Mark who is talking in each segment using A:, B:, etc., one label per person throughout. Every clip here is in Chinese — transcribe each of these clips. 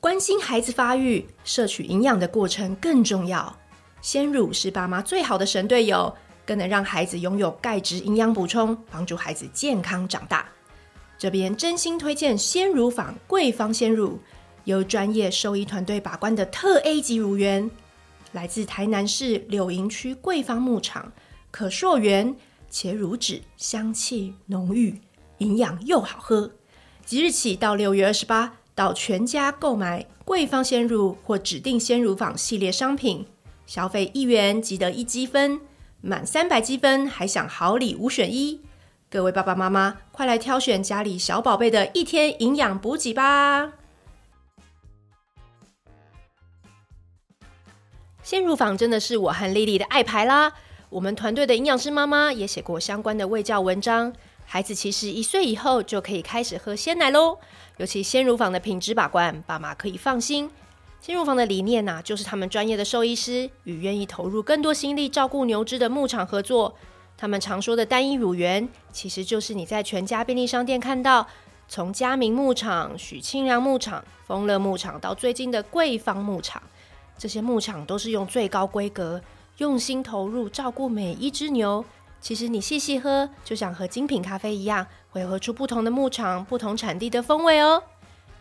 A: 关心孩子发育、摄取营养的过程更重要。鲜乳是爸妈最好的神队友，更能让孩子拥有钙质营养补充，帮助孩子健康长大。这边真心推荐鲜乳坊贵方鲜乳，由专业兽医团队把关的特 A 级乳源，来自台南市柳营区贵方牧场，可溯源，且乳脂香气浓郁，营养又好喝。即日起到六月二十八，到全家购买贵方鲜乳或指定鲜乳坊系列商品，消费一元即得一积分，满三百积分还享好礼五选一。各位爸爸妈妈，快来挑选家里小宝贝的一天营养补给吧！鲜乳坊真的是我和丽丽的爱牌啦。我们团队的营养师妈妈也写过相关的卫教文章。孩子其实一岁以后就可以开始喝鲜奶喽，尤其鲜乳坊的品质把关，爸妈可以放心。鲜乳坊的理念呐、就是他们专业的兽医师与愿意投入更多心力照顾牛只的牧场合作。他们常说的单一乳源，其实就是你在全家便利商店看到，从嘉明牧场、许清良牧场、丰乐牧场到最近的贵方牧场，这些牧场都是用最高规格、用心投入照顾每一只牛。其实你细细喝，就像喝精品咖啡一样，会喝出不同的牧场、不同产地的风味哦。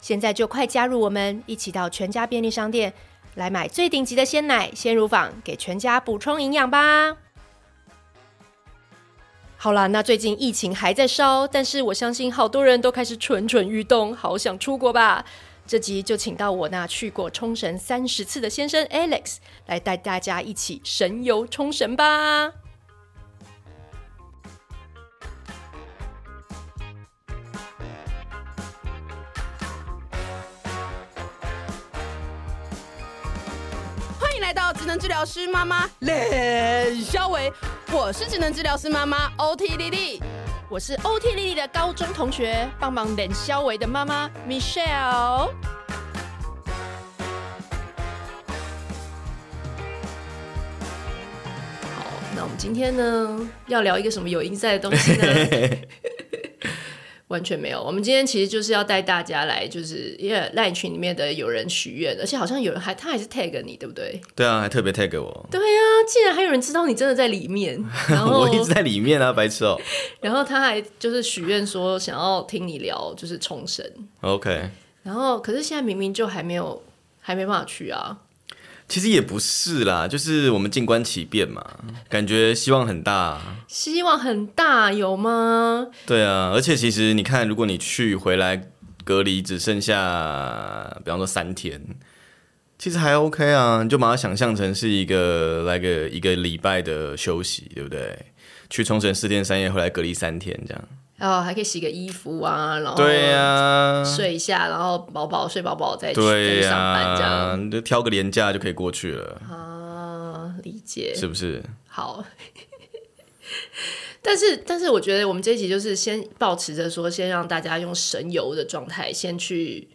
A: 现在就快加入我们，一起到全家便利商店来买最顶级的鲜奶、鲜乳坊，给全家补充营养吧。好啦，那最近疫情还在烧，但是我相信好多人都开始蠢蠢欲动，好想出国吧。这集就请到我那去过冲绳三十次的先生 Alex 来带大家一起神游冲绳吧。
B: 欢迎来到职能治疗师妈妈冷肖维，我是职能治疗师妈妈 OT 丽丽。
A: 我是 OT 丽丽的高中同学，帮忙冷肖维的妈妈 Michelle。好，那我们今天呢要聊一个什么有音赛的东西呢？ 完全没有。我们今天其实就是要带大家来，就是因为赖群里面的有人许愿，而且好像有人还他还是 tag 你，对不对？
C: 对啊，还特别 tag 我，
A: 对啊，竟然还有人知道你真的在里 面，然后
C: 我一直在里面啊，白痴哦、
A: 然后他还就是许愿说想要听你聊就是冲绳，
C: OK，
A: 然后可是现在明明就还没有还没办法去啊，
C: 其实也不是啦，就是我们静观其变嘛，感觉希望很大。
A: 希望很大有吗？
C: 对啊，而且其实你看，如果你去回来隔离只剩下，比方说三天。其实还 OK 啊，你就把它想象成是一个来个一个礼拜的休息，对不对？去冲绳四天三夜，回来隔离三天这样。
A: 然哦后还可以洗个衣服啊，然后
C: 对呀、啊，
A: 睡一下，然后饱饱睡饱饱再去、
C: 对
A: 再去
C: 呀、
A: 上班这样
C: 你就挑个年假就可以过去了，
A: 啊，理解
C: 是不是？
A: 好。 但是，但是我觉得我们这一集就是先保持着说，先让大家用神游的状态，先去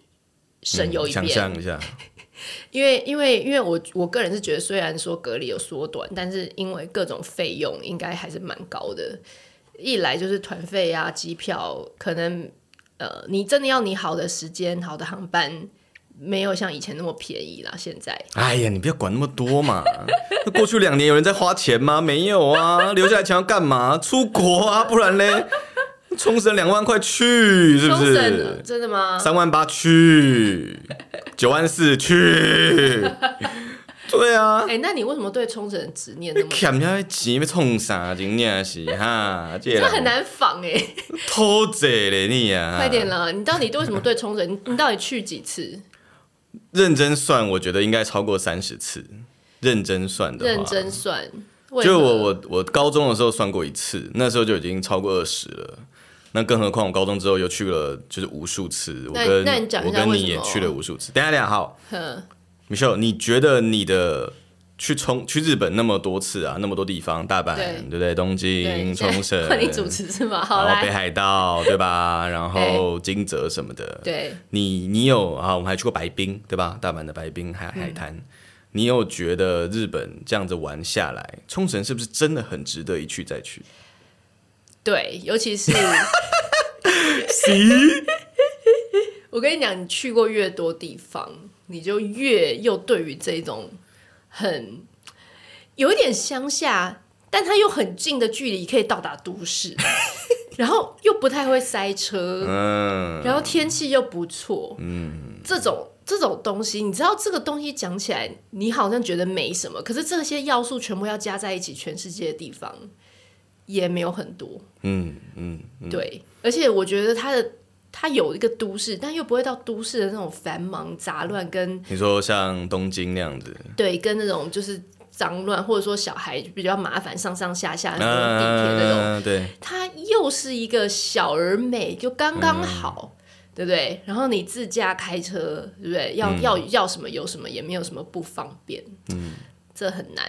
A: 神游一
C: 嗯想
A: 遍，
C: 象一下，
A: 因为因为因为我我个人是觉得，虽然说隔离有缩短，但是因为各种费用应该还是蛮高的。一来就是团费啊，机票，可能呃，你真的要你好的时间、好的航班，没有像以前那么便宜啦。现在
C: 哎呀，你不要管那么多嘛！ 过去两年有人在花钱吗？没有啊， 留下来钱要干嘛？出国啊，不然嘞， 冲绳两万块去，是不
A: 冲绳
C: 是？
A: 真的吗？
C: 三万八 去，九万四去，对啊
A: 哎、。那你为什么对冲绳的执念那么？
C: 欠人家钱要冲啥？真正是 哈，这
A: 这
C: 人
A: 很难防哎、
C: 偷贼嘞你啊！
A: 快点啦！你到底为什么对冲绳？你 你到底去几次？
C: 认真算，我觉得应该超过三十次。认真算的话，
A: 认真算。为
C: 就
A: 何
C: 我我我高中的时候算过一次，那时候就已经超过二十了。那更何况我高中之后又去了，就是无数次。我
A: 那
C: 跟
A: 那你讲一
C: 我
A: 下
C: 跟
A: 为
C: 你
A: 什
C: 也
A: 么
C: 去了无数次。等一下等一下，好
A: 哼
C: ，Michelle，你觉得你的去冲去日本那么多次啊，那么多地方，大阪
A: 对
C: 对不对？东
A: 对
C: 京、
A: 你现在
C: 冲 绳，
A: 换你主持是吗？好
C: 然后北
A: 来，
C: 海道对 吧？然后金泽什么的，
A: 对，
C: 你你有啊？我们还去过白冰，对吧？大阪的白冰海海滩，
A: 嗯
C: 你有觉得日本这样子玩下来，冲绳是不是真的很值得一去再去？
A: 对，尤其是我跟你讲，你去过越多地方，你就越又对于这种很有一点乡下，但它又很近的距离可以到达都 市，然后又不太会塞车，
C: 嗯，
A: 然后天气又不错，嗯，这种这种东西，你知道这个东西讲起来，你好像觉得没什么，可是这些要素全部要加在一起，全世界的地方也没有很多，
C: 嗯嗯，
A: 对，而且我觉得它的它有一个都市，但又不会到都市的那种繁忙杂乱跟
C: 你说像东京那样子，
A: 对跟那种就是脏乱，或者说小孩比较麻烦上上下啊下那种地铁那种。
C: 嗯对，
A: 它又是一个小而美，就刚刚
C: 嗯
A: 好，对不对？然后你自驾开车，对不对？要、
C: 嗯
A: 要要什么有什么，也没有什么不方便，嗯，这很难。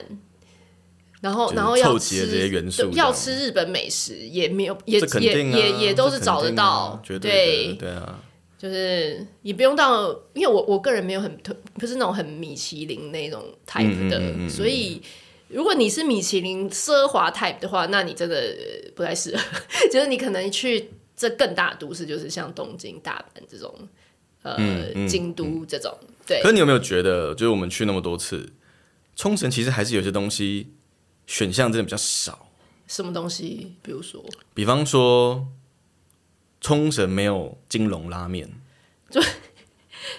A: 然后，
C: 就是
A: 然后要
C: 凑齐了
A: 吃
C: 这些元素
A: 对
C: 这样
A: 要吃日本美食也没有，也、
C: 这肯
A: 也
C: 定啊，
A: 也也都
C: 这
A: 是
C: 肯
A: 找得
C: 定啊
A: 到，
C: 绝对
A: 对
C: 的，对啊，
A: 就是也不用到，因为我我个人没有很特，不是那种很米其林那种 type 的，
C: 嗯嗯嗯嗯
A: 所以如果你是米其林奢华 type 的话，那你真的呃不太适合。 就是你可能去这更大的都市，就是像东京、大阪这种，呃，
C: 嗯嗯
A: 京都这种，对
C: 可，是你有没有觉得，就是我们去那么多次，冲绳其实还是有些东西选项真的比较少，
A: 什么东西，比如说，
C: 比方说冲绳没有金龙拉面，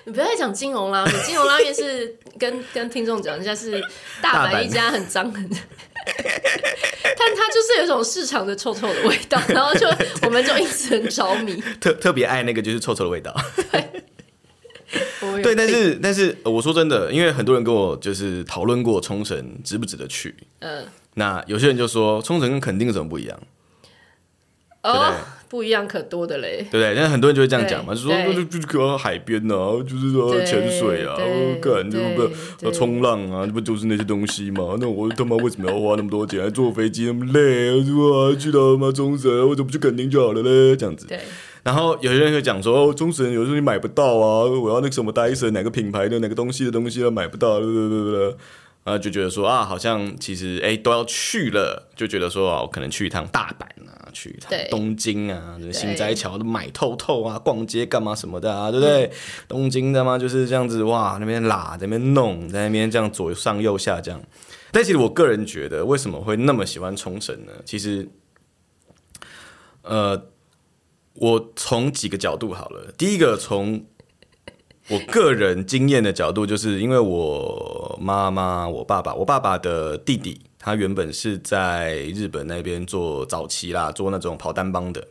A: 你不要再讲金融拉面，金融拉面 是跟跟听众讲一下，是大
C: 大
A: 阪
C: 阪
A: 一家很脏很。 但它就是有一种市场的臭臭的味道，然后 就我们就一直很着迷。
C: 特特别爱那个就是臭臭的味道。
A: 我有
C: 对，但
A: 病
C: 是但是、呃我说真的，因为很多人跟我就是讨论过冲绳值不值得去，
A: 嗯，
C: 那有些人就说冲绳跟垦丁有什么不一样，
A: 哦
C: 对，
A: 不一样可多的嘞。
C: 对不对？但很多人就会这样讲嘛，
A: 对
C: 就说那就就就海边啊，就是说
A: 对
C: 潜水啊，
A: 对
C: 干这
A: 对
C: 个
A: 对
C: 呃冲浪啊，这不就是那些东西吗？那我他妈为什么要花那么多钱，还坐飞机那么累，啊是吧？去到他妈冲绳，我怎么不去垦丁就好了嘞？这样子。
A: 对，
C: 然后有些人会讲说，哦，冲绳有时候你买不到啊，我要那个什么 Dyson 哪个品牌的哪个东西的东西啊，买不到，对对对对对。啊，就觉得说啊，好像其实哎都要去了，就觉得说啊，我可能去一趟大阪啊，去一趟
A: 对
C: 东京啊，就是新斋桥都买透透啊，逛街干嘛什么的啊，对不对？东京他妈就是这样子哇，那边拉，在那边弄，在那边这样左上右下这样。但其实我个人觉得，为什么会那么喜欢冲绳呢？其实，呃，我从几个角度好了。第一个，从我个人经验的角度，就是因为我妈妈、我爸爸、我爸爸的弟弟，他原本是在日本那边做早期啦，做那种跑单帮的。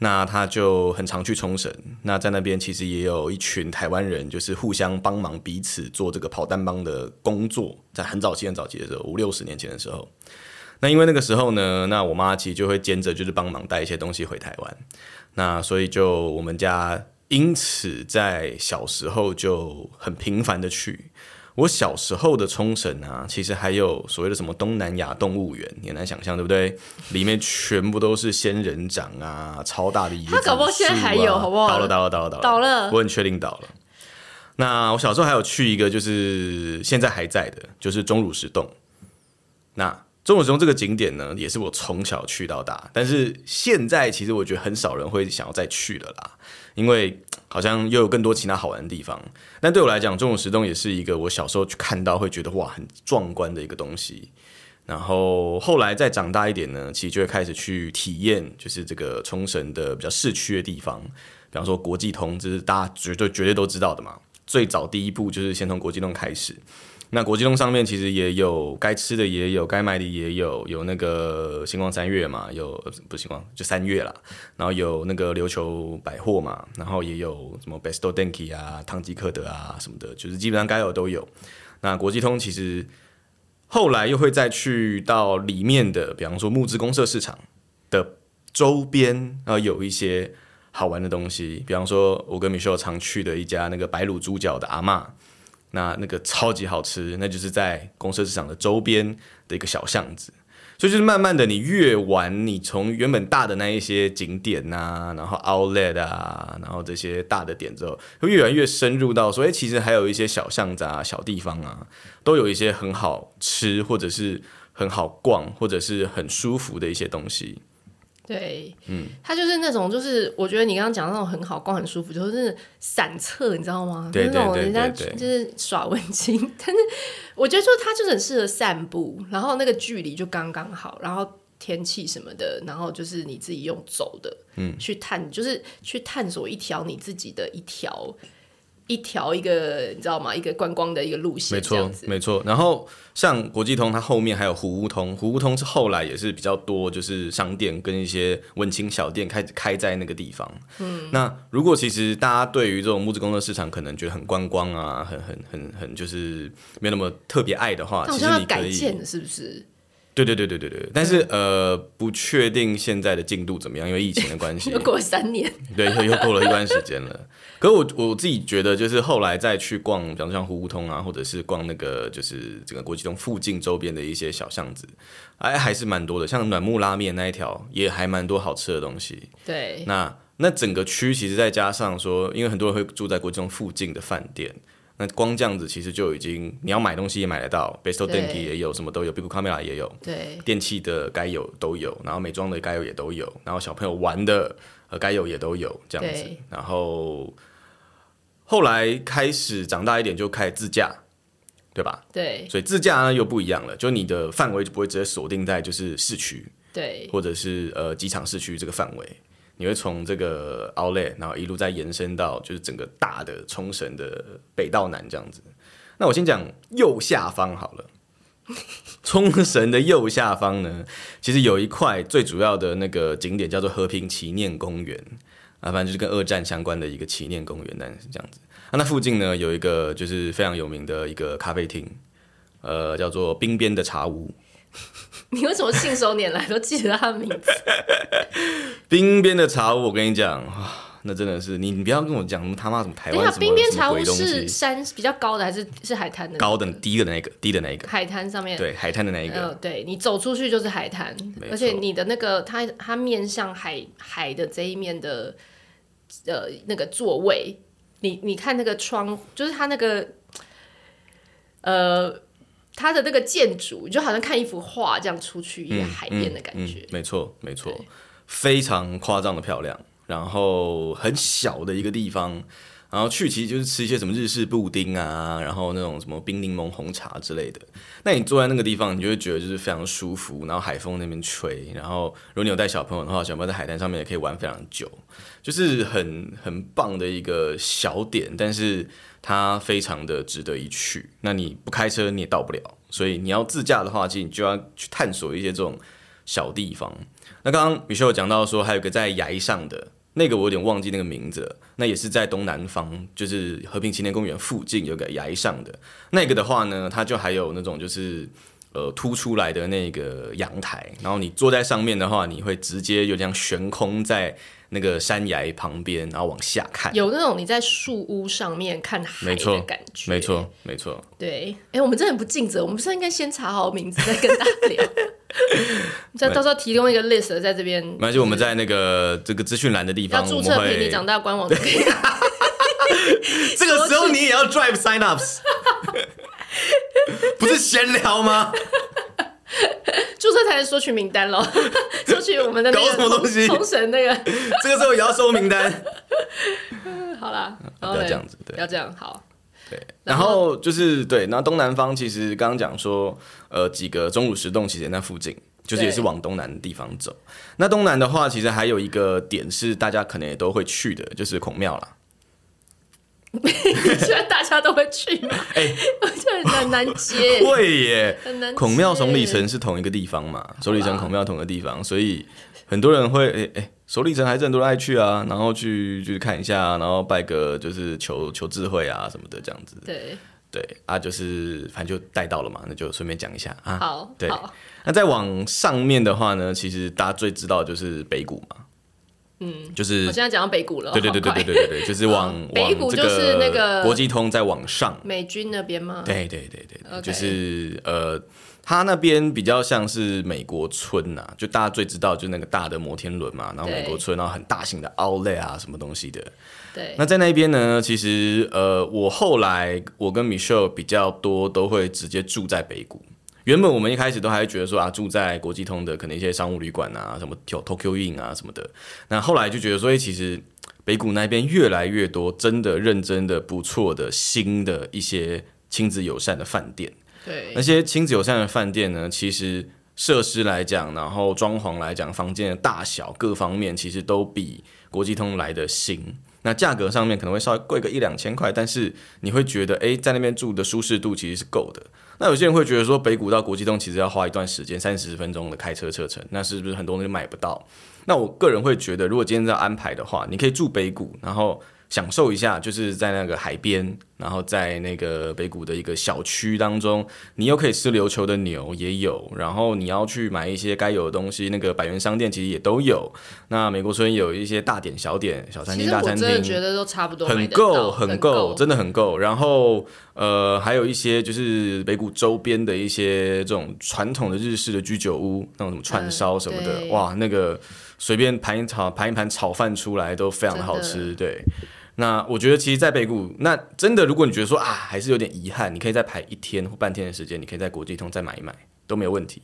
C: 那他就很常去冲绳，那在那边其实也有一群台湾人，就是互相帮忙彼此做这个跑单帮的工作，在很早期、很早期的时候，五六十年前的时候。那因为那个时候呢，那我妈其实就会兼着就是帮忙带一些东西回台湾，那所以就我们家因此在小时候就很频繁的去。我小时候的冲绳啊，其实还有所谓的什么东南亚动物园，你很难想象，对不对？里面全部都是仙人掌啊，超大的椰子树、啊。
A: 它搞不好现在还有好不好
C: 倒了，倒了，倒了，倒了，
A: 倒了
C: 我很确定倒了。那我小时候还有去一个，就是现在还在的，就是钟乳石洞。那钟乳石洞这个景点呢，也是我从小去到大，但是现在其实我觉得很少人会想要再去了啦，因为嘖好像又有更多其他好玩的地方。但对我来讲，钟乳石洞也是一个我小时候去看到会觉得哇很壮观的一个东西。然后后来再长大一点呢，其实就会开始去体验，就是这个冲绳的比较市区的地方，比方说国际通，这是大家绝对绝对都知道的嘛。最早第一步就是先从国际通开始。那国际通上面其实也有该吃的也有，该买的也有，有那个星光三月嘛，有呃不是星光就三月啦，然后有那个琉球百货嘛，然后也有什么 Besto Denki 啊、汤吉克德啊什么的，就是基本上该有都有。那国际通其实后来又会再去到里面的，比方说木质公社市场的周边，呃，有一些好玩的东西，比方说我跟米秀常去的一家那个白卤猪脚的阿嬷，那那个超级好吃，那就是在公社市场的周边的一个小巷子。所以就是慢慢的，你越玩，你从原本大的那一些景点呐、然后 outlet 啊，然后这些大的点之后，会越玩越深入到说，哎、其实还有一些小巷子啊、小地方啊，都有一些很好吃，或者是很好逛，或者是很舒服的一些东西。
A: 对，嗯，它就是那种，就是我觉得你刚刚讲的那种很好逛、很舒服，就是散策，你知道吗？
C: 对对
A: 那种
C: 对
A: 人家
C: 对对
A: 就是耍文青，但是我觉得就它就是很适合散步，然后那个距离就刚刚好，然后天气什么的，然后就是你自己用走的，嗯，去探，就是去探索一条你自己的一条一条一个，你知道吗？一个观光的一个路线，
C: 没
A: 这样
C: 错
A: 子，
C: 没错。然后像国际通，它后面还有湖屋通，湖屋通是后来也是比较多，就是商店跟一些文青小店开开在那个地方。嗯，那如果其实大家对于这种木质工作市场可能觉得很观光啊，很很很很就是没有那么特别爱的话，
A: 它好
C: 啊其实
A: 像
C: 你
A: 要
C: 可
A: 改
C: 以
A: 建了，嗯是不是？
C: 对对对对对对，但是呃，不确定现在的进度怎么样，因为疫情的 关系
A: 又，过了三年，
C: 对，又又过了一段时间了。可是我我自己觉得，就是后来再去逛，比方像胡胡同啊，或者是逛那个就是整个国际通附近周边的一些小巷子，哎，还是蛮多的。像暖木拉面那一条，也还蛮多好吃的东西。
A: 对，
C: 那那整个区其实再加上说，因为很多人会住在国际中附近的饭店，那光这样子其实就已经你要买东西也买得到，Besto
A: 对
C: Denki 也有，什么都有 b i g c a m e r a 也有，
A: 对，
C: 电器的该有都有，然后美妆的该有也都有，然后小朋友玩的呃该有也都有这样子
A: 对。
C: 然后后来开始长大一点就开始自驾，对吧？
A: 对，
C: 所以自驾呢又不一样了，就你的范围就不会直接锁定在就是市区，
A: 对，
C: 或者是呃机场市区这个范围，你会从这个 outlet，然后一路再延伸到就是整个大的冲绳的北到南这样子。那我先讲右下方好了，冲绳的右下方呢，其实有一块最主要的那个景点叫做和平祈念公园啊，反正就是跟二战相关的一个祈念公园，但是这样子。啊、那附近呢有一个就是非常有名的一个咖啡厅，呃，叫做冰边的茶屋。
A: 你为什么信手拈来都记得他的名字？
C: 冰边的茶屋，我跟你讲啊，那真的是你，你不要跟我讲什么他妈什么台
A: 等一
C: 湾
A: 下
C: 什，么
A: 啊冰边茶
C: 什
A: 屋
C: 么鬼东
A: 是
C: 西，
A: 山比较高的，还是是海滩的？
C: 高的低的那一个，低的那一个，
A: 海滩上面。，
C: 对，海滩的那一
A: 呃，
C: 个，
A: 对你走出去就是海滩
C: 没，错
A: 而且你的那个它它面向海海的这一面的呃那个座位，你你看那个窗，就是它那个呃它的那个建筑，你就好像看一幅画这样出去一个海边的感觉。
C: 嗯没错没错
A: 对，
C: 非常夸张的漂亮，然后很小的一个地方。然后去其实就是吃一些什么日式布丁啊，然后那种什么冰柠檬红茶之类的。那你坐在那个地方，你就会觉得就是非常舒服，然后海风那边吹，然后如果你有带小朋友的话，小朋友在海滩上面也可以玩非常久，就是很很棒的一个小点，但是它非常的值得一去。那你不开车你也到不了，所以你要自驾的话，其实你就要去探索一些这种小地方。那刚刚米秀有讲到说，还有一个在崖上的那个，我有点忘记那个名字了。那也是在东南方，就是和平青年公园附近有个崖上的那个的话呢，它就还有那种就是呃凸出来的那个阳台，然后你坐在上面的话，你会直接有点像悬空在那个山崖旁边，然后往下看。
A: 有那种你在树屋上面看海
C: 没错
A: 的感觉，
C: 没错，没错。
A: 对，哎、我们真的很不尽责，我们不是应该先查好名字再跟大家聊？ 再到时候提供一个 list 在这边，
C: 没关系，我们在那个这个资讯栏的地
A: 要
C: 方，
A: 注
C: 我
A: 册
C: 们
A: 陪你
C: 会
A: 长大官网就可以。
C: 这个时候你也要 drive sign ups，不是闲聊吗？
A: 注册才能索取名单 喽，索取我们的那
C: 搞什么
A: 个
C: 东西
A: 冲绳那个。
C: 这个时候也要收 名单。
A: 好啦，
C: 啊
A: 然
C: 不要
A: 后嘞
C: 这样子对
A: 不要这样，好，
C: 对，然后就是对，然后东南方其实刚刚讲说，呃，几个钟乳石洞其实也在附近，就是也是
A: 对
C: 往东南的地方走。那东南的话，其实还有一个点是大家可能也都会去的，就是孔庙 啦。
A: 居然大家都会去吗？
C: 哎
A: 我觉得很难 接，
C: 会耶，
A: 很难接。
C: 孔庙首里城是同一个地方嘛，首里城孔庙同一个地方，所以很多人会诶诶，首里城还是很多人爱去啊，然后去就是看一下，然后拜个就是求求智慧啊什么的这样子。
A: 对，
C: 对啊，就是反正就带到了嘛，那就顺便讲一下啊。
A: 好，
C: 对
A: 好，
C: 那再往上面的话呢，其实大家最知道的就是北谷嘛，嗯，就是
A: 我现在讲到北谷了，
C: 对对对
A: 好
C: 对
A: 快
C: 对对对对，就是往
A: 嗯 北
C: 往
A: 谷
C: 这
A: 就是那个
C: 国际通再往上，
A: 美军那边吗？
C: 对对对对对，
A: 嗯 OK
C: 就是呃，它那边比较像是美国村呐、就大家最知道就是那个大的摩天轮嘛，然后美
A: 对
C: 国村，然后很大型的 outlet 啊什么东西的，
A: 对，
C: 那在那边呢，其实呃，我后来我跟 Michelle 比较多都会直接住在北谷。原本我们一开始都还觉得说啊，住在国际通的可能一些商务旅馆啊，什么 Tokyo- Tokyo Inn 啊什么的，那后来就觉得说，哎、其实北谷那边越来越多真的认真的不错的新的一些亲子友善的饭店。
A: 对
C: 那，些亲子友善的饭店呢，其实设施来讲，然后装潢来讲，房间的大小各方面，其实都比国际通来的新。那价格上面可能会稍微贵个一两千块，但是你会觉得，哎、在那边住的舒适度其实是够的。那有些人会觉得说，北谷到国际通其实要花一段时间，三四十分钟的开车车程，那是不是很多人就买不到？那我个人会觉得，如果今天这样安排的话，你可以住北谷，然后享受一下，就是在那个海边，然后在那个北谷的一个小区当中，你又可以吃琉球的牛也有，然后你要去买一些该有的东西，那个百元商店其实也都有。那美国村有一些大点、小点、小餐
A: 其
C: 厅、
A: 实
C: 大
A: 我
C: 餐
A: 真
C: 厅，
A: 的觉得都差不多买
C: 很
A: 得
C: 够，
A: 到，
C: 很够，真的很够。然后呃，还有一些就是北谷周边的一些这种传统的日式的居酒屋，那种什么串烧什么的，
A: 嗯对
C: 哇，那个随便盘一炒盘一盘炒饭出来都非常的好
A: 真
C: 吃，对。那我觉得，其实，在北谷，那真的，如果你觉得说啊，还是有点遗憾，你可以再排一天或半天的时间，你可以在国际通再买一买，都没有问题。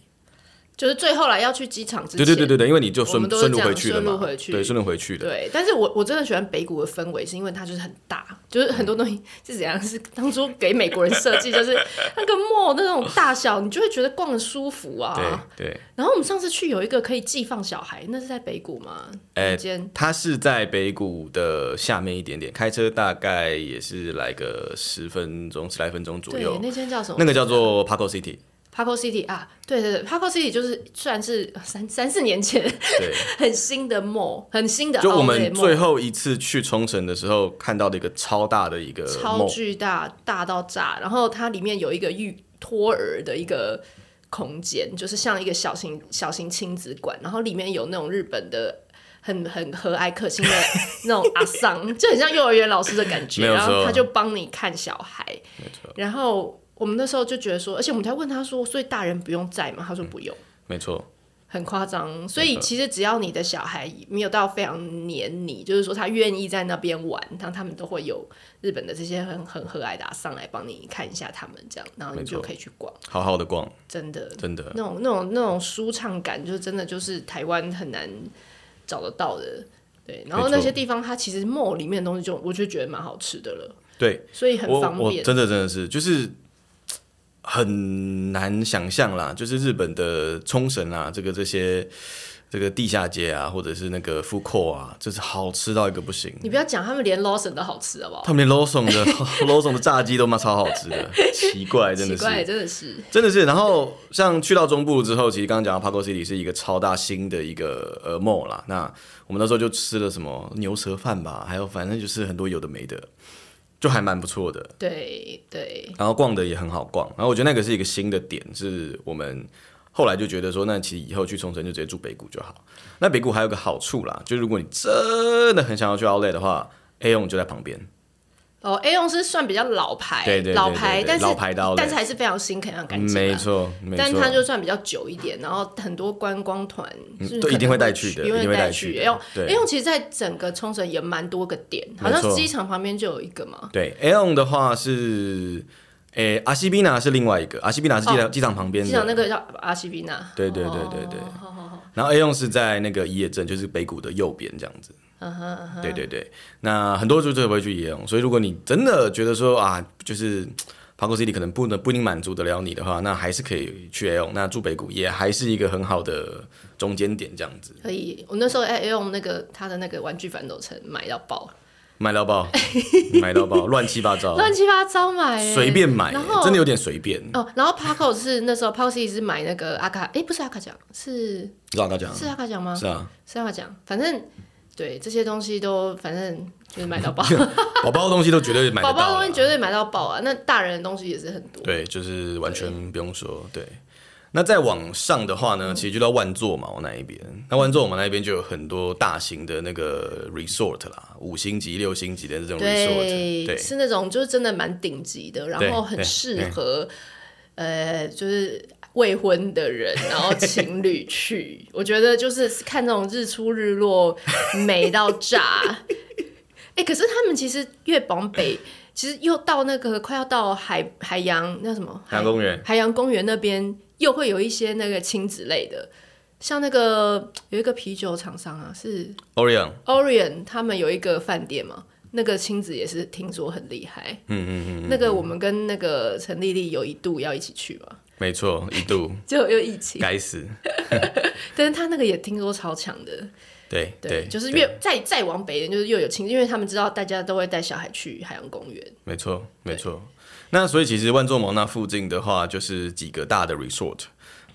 A: 就是最后来要去机场之
C: 对
A: 前，
C: 对对对对，因为你就
A: 我
C: 顺
A: 们都是
C: 顺路
A: 这样
C: 回去了
A: 顺路
C: 嘛，
A: 回去
C: 对，顺路回去的。
A: 对，但是我我真的喜欢北谷的氛围，是因为它就是很大，就是很多东西是怎样，是当初给美国人设计，就是那个 mall 那种大小，你就会觉得逛的舒服啊。
C: 对对，
A: 然后我们上次去有一个可以寄放小孩，那是在北谷吗？
C: 哎
A: 一间
C: 它是在北谷的下面一点点，开车大概也是来个十分钟、十来分钟左
A: 对
C: 右，。
A: 那间叫什么？
C: 那个叫做 Paco City，
A: Paco City 啊，对对对，Paco City 就是虽然是三三四年前
C: 对，
A: 很新的 mall，很新的
C: 就我
A: outlet
C: 们
A: mall
C: 最后一次去冲绳的时候看到的一个超大的一个
A: 超
C: mall
A: 巨大，大到炸。然后它里面有一个育托儿的一个空间，就是像一个小型小型亲子馆，然后里面有那种日本的。很很和蔼可亲的那种阿 桑，就很像幼儿园老师的感
C: 没
A: 觉。
C: 有
A: 然后
C: 错
A: 他就帮你看小孩，然后我们那时候就觉得说，而且我们才问他说，所以大人不用在吗？他说不用，
C: 没错，
A: 很夸张。所以其实只要你的小孩没有到非常黏你，就是说他愿意在那边玩，然后他们都会有日本的这些很很和蔼的阿上来帮你看一下他们这样，然后你
C: 没错
A: 就可以去逛，
C: 好好的逛，
A: 真的
C: 真的
A: 那种那种那种舒畅感，就真的就是台湾很难找得到的。对，然后
C: 没错
A: 那些地方它其实 mall 里面的东西就我就觉得蛮好吃的了，
C: 对。
A: 所以很
C: 我
A: 方
C: 我
A: 便。
C: 真的真的是就是很难想象啦，就是日本的冲绳啊，这个这些这个地下街啊，或者是那个 food court 啊，就是好吃到一个不行。
A: 你不要讲他们连 Lawson 都好吃好不好？
C: 他们连 Lawson 的 Lawson 的炸鸡都妈超好吃的，奇怪，真
A: 奇
C: 的是。
A: 怪，真的是
C: 真的是，然后像去到中部之后，其实刚刚讲到 Paco City 是一个超大新的一个呃 mall 啦。那我们那时候就吃了什么牛舌饭吧，还有反正就是很多有的没的，就还蛮不错的。
A: 对对，
C: 然后逛的也很好逛，然后我觉得那个是一个新的点，是我们后来就觉得说，那其实以后去冲绳就直接住北谷就好。那北谷还有个好处啦，就如果你真的很想要去 Outlet 的话，A O 就在旁边，
A: 哦，A 用是算比较老牌，
C: 对对对
A: 老牌，
C: 对对
A: 但是
C: 老牌的 outlet
A: 但是还是非常新，肯定干净。
C: 没，错，没错。
A: 但它就算比较久一点，然后很多观光团是
C: 嗯都一
A: 可能
C: 定会
A: 会
C: 带去的
A: 一
C: 一定
A: 定
C: 会带
A: 带
C: 去的
A: A 用
C: 对
A: A 用其实，在整个冲绳也蛮多个点，好
C: 没
A: 像
C: 错
A: 机场旁边就有一个嘛。
C: 对 A O 的话是，诶、阿西比纳是另外一个，阿西比纳是机场、
A: 哦
C: 机场旁边
A: 机场那
C: 的。
A: 个叫哦阿西比纳，
C: 对对对对对，然后 A 用是在那个伊野镇，就是北谷的右边这样子。
A: 嗯哼嗯哼，
C: 对对对，那很多就特别会去野泳，所以如果你真的觉得说啊，就是爬 o City 可能不能不一定满足得了你的话，那还是可以去野泳。那住北谷也还是一个很好的中间点，这样子
A: 可以。我那时候在 A 用那个他的那个玩具反斗城买到爆，
C: 买到爆，买 到爆，乱七八糟，
A: 乱七八糟买欸，
C: 随便买
A: 然，后
C: 真的有点随便。
A: 哦，然后 Paco 是那时候 Paco 是买那个阿卡，哎，不是阿卡奖，是
C: 知道大家
A: 是阿卡奖吗？
C: 是啊，
A: 是要讲，反正对这些东西都反正就是 买到爆，
C: 宝宝的东西都绝对买
A: 宝
C: 得
A: 宝
C: 到
A: 的东
C: 啊
A: 西。绝对买到爆啊！那大人的东西也是很多，
C: 对，就是完全不用说。对，那再往上的话呢，
A: 嗯
C: 其实就到万座嘛，我那一边。那万座我们那一边就有很多大型的那个 resort 啦，五星级、六星级的这种 resort。对，
A: 是那种就是真的蛮顶级的，然后很
C: 对
A: 适合呃就是未婚的人，然后情侣去，我觉得就是看那种日出日落美到炸。 哎、可是他们其实越往北，其实又到那个快要到海海洋那什么
C: 海洋公园
A: 海洋公园那边又会有一些那个亲子类的，像那个有一个啤酒厂商啊，是
C: Orion，
A: Orion 他们有一个饭店嘛，那个亲子也是听说很厉害。嗯嗯嗯，那个我们跟那个陈丽丽有一度要一起去嘛，
C: 没错，一 度
A: 结果又疫情，
C: 该死，
A: 但是他那个也听说超强的。
C: 对
A: 对，就是越再再往北一点，就是又有亲子，因为他们知道大家都会带小孩去海洋公园。
C: 没错，没错。那所以其实万座毛那附近的话，就是几个大的 resort。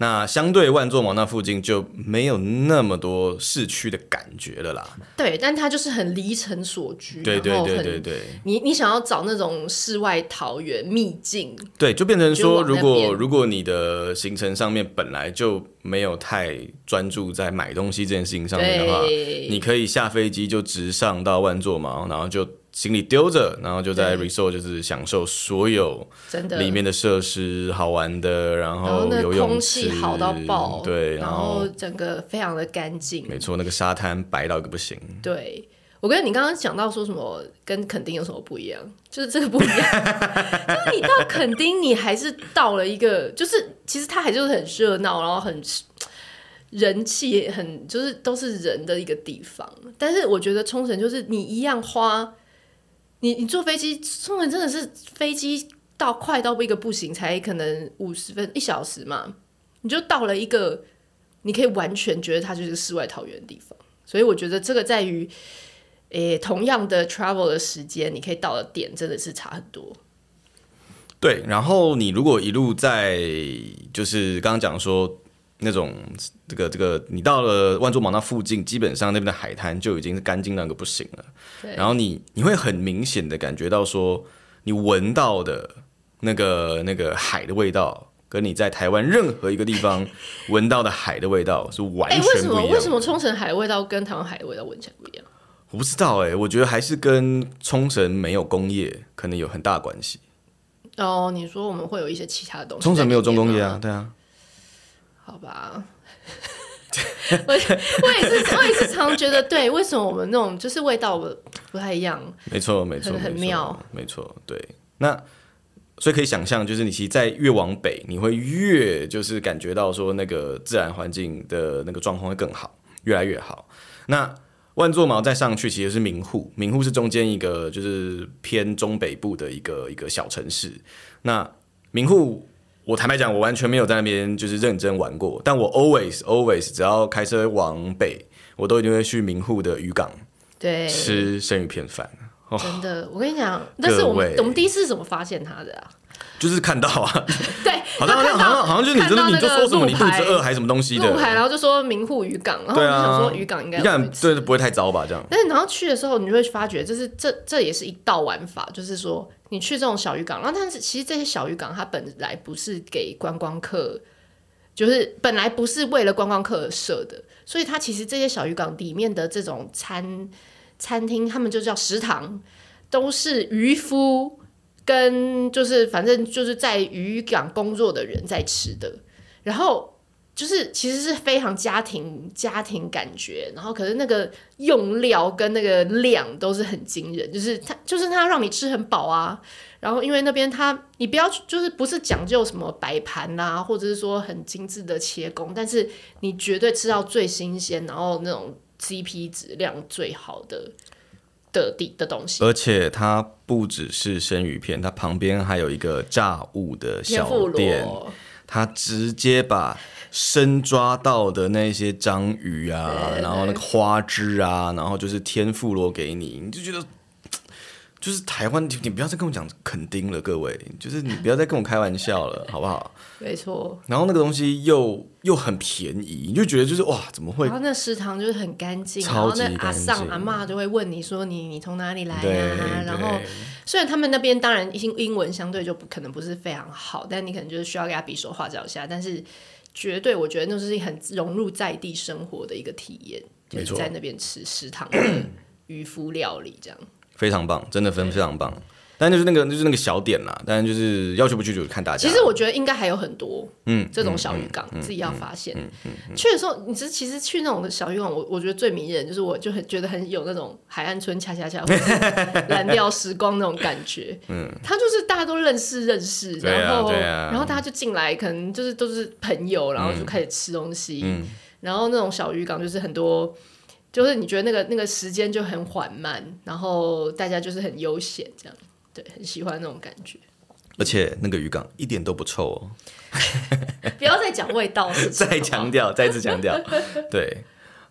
C: 那相对万座毛那附近就没有那么多市区的感觉了啦。
A: 对，但他就是很离城所居，
C: 对对
A: 然后
C: 对
A: 很
C: 对对
A: 你你想要找那种世外桃源秘境，
C: 对，就变成说，
A: 就往那
C: 如果
A: 边
C: 如果你的行程上面本来就没有太专注在买东西这件事情上面的话，
A: 对
C: 你可以下飞机就直上到万座毛，然后就行李丢着，然后就在
A: 对
C: resort 就是享受所有
A: 真的
C: 里面的设施好玩的，然
A: 然后
C: 后
A: 那
C: 游
A: 空
C: 泳
A: 气
C: 池
A: 好到爆，
C: 对，
A: 然后整个非常的干净，
C: 没错，那个沙滩白到一个不行，
A: 对。我跟你刚刚讲到说什么跟垦丁有什么不一样，就是这个不一样，就是你到垦丁，你还是到了一个，就是其实它还就是很热闹，然后很人气也很，就是都是人的一个地方。但是我觉得冲绳就是你一样花，你你坐飞机，冲绳真的是飞机到快到一个不行，才可能五十分一小时嘛，你就到了一个你可以完全觉得它就是世外桃源的地方。所以我觉得这个在于，诶、同样的 travel 的时间，你可以到的点真的是差很多。
C: 对，然后你如果一路在，就是刚刚讲说那种这个这个，你到了万座毛那附近，基本上那边的海滩就已经是干净到一个不行了。
A: 对
C: 然后你你会很明显的感觉到说，你闻到的那个那个海的味道，跟你在台湾任何一个地方 闻到的海的味道是完
A: 哎、
C: 全不一
A: 为
C: 样
A: 什
C: 的。
A: 么为什么冲绳海的味道跟台湾海的味道闻起来不一样？
C: 我不知道哎、我觉得还是跟冲绳没有工业可能有很大关系。
A: 哦，你说我们会有一些其他的东西，
C: 冲绳没有重工业啊，，对啊。
A: 好吧。 我我也是，我也是常觉得，对，为什么我们那种就是味道不不太一样？
C: 没错，没错，
A: 很很
C: 没错
A: 妙，
C: 没错，对。那所以可以想象，就是你其实在越往北，你会越就是感觉到说那个自然环境的那个状况会更好，越来越好。那万座毛再上去其实是名护，名护是中间一个就是偏中北部的一个一个小城市。那名护，我坦白讲，我完全没有在那边就是认真玩过，但我 always always 只要开车往北，我都一定会去名护的渔港
A: 对，
C: 吃生鱼片饭。
A: 真的，我跟你讲，但是我
C: 各
A: 们
C: 位
A: 我们第一次是怎么发现它的啊？
C: 就是看 到啊，
A: 对，
C: 好像好
A: 就看
C: 像
A: 到
C: 好像好像就是你真的
A: 看到
C: 你
A: 那
C: 就
A: 个
C: 说什么你
A: 路
C: 肚
A: 牌
C: 子饿还是什么东西
A: 路牌，
C: 的，
A: 然后就说明户渔港，然后我
C: 对
A: 就想
C: 啊
A: 说，渔港应该
C: 你
A: 有
C: 看
A: 鱼吃
C: 对不会太糟吧这样？
A: 但是然后去的时候，你就会发觉，就是这这也是一道玩法，就是说你去这种小渔港，然后但是其实这些小渔港它本来不是给观光客，就是本来不是为了观光客而设的，所以它其实这些小渔港里面的这种餐餐厅，他们就叫食堂，都是渔夫跟就是反正就是在渔港工作的人在吃的，然后。就是其实是非常家庭家庭感觉，然后可是那个用料跟那个量都是很惊人，就是它就是它让你吃很饱啊。然后因为那边它你不要就是不是讲究什么摆盘啦、或者是说很精致的切工，但是你绝对吃到最新鲜，然后那种 CP 质量最好的的地的东西。
C: 而且它不只是生鱼片，它旁边还有一个炸物的
A: 天
C: 小
A: 妇
C: 店，
A: 罗，
C: 它直接把生抓到的那些章鱼啊，然后那个花枝啊，然后就是天妇罗给你，你就觉得。就是台湾，你你不要再跟我讲垦丁了，各位，就是你不要再跟我开玩笑了，好不好？
A: 没错。
C: 然后那个东西又又很便宜，你就觉得就是哇，怎么会
A: 然？后那食堂就是很干净，然
C: 超
A: 后
C: 级
A: 那阿
C: 干净
A: 上阿嬷就会问你说你你从哪里来
C: 对
A: 啊，然后
C: 对
A: 虽然他们那边当然英英文相对就不可能不是非常好，但你可能就是需要给他比手画脚一下，但是绝对我觉得那是很融入在地生活的一个体验，就
C: 没
A: 是
C: 错
A: 在那边吃食堂的渔夫料理这样。
C: 非常棒，真的非非常棒。但就是那个就是那个小点啦，当然就是要去不去就是看大家。
A: 其实我觉得应该还有很多，
C: 嗯
A: 这种小渔港、自己要发现。去的时候，你其实其实去那种小渔港，我我觉得最迷人就是我就很觉得很有那种海岸村恰恰恰，或者是蓝调时光那种感觉。嗯，他就是大家都认识认识，
C: 对啊
A: 然后、
C: 对啊
A: 然后大家就进来，可能就是都是朋友，然后就开始吃东西。
C: 嗯
A: 然后那种小渔港就是很多。就是你觉得那个那个时间就很缓慢，然后大家就是很悠闲这样，对，很喜欢那种感觉。
C: 而且那个渔港一点都不臭哦，
A: 不要再讲味道的事情，
C: 再
A: 好不
C: 强
A: 好
C: 调，再次强 调，对。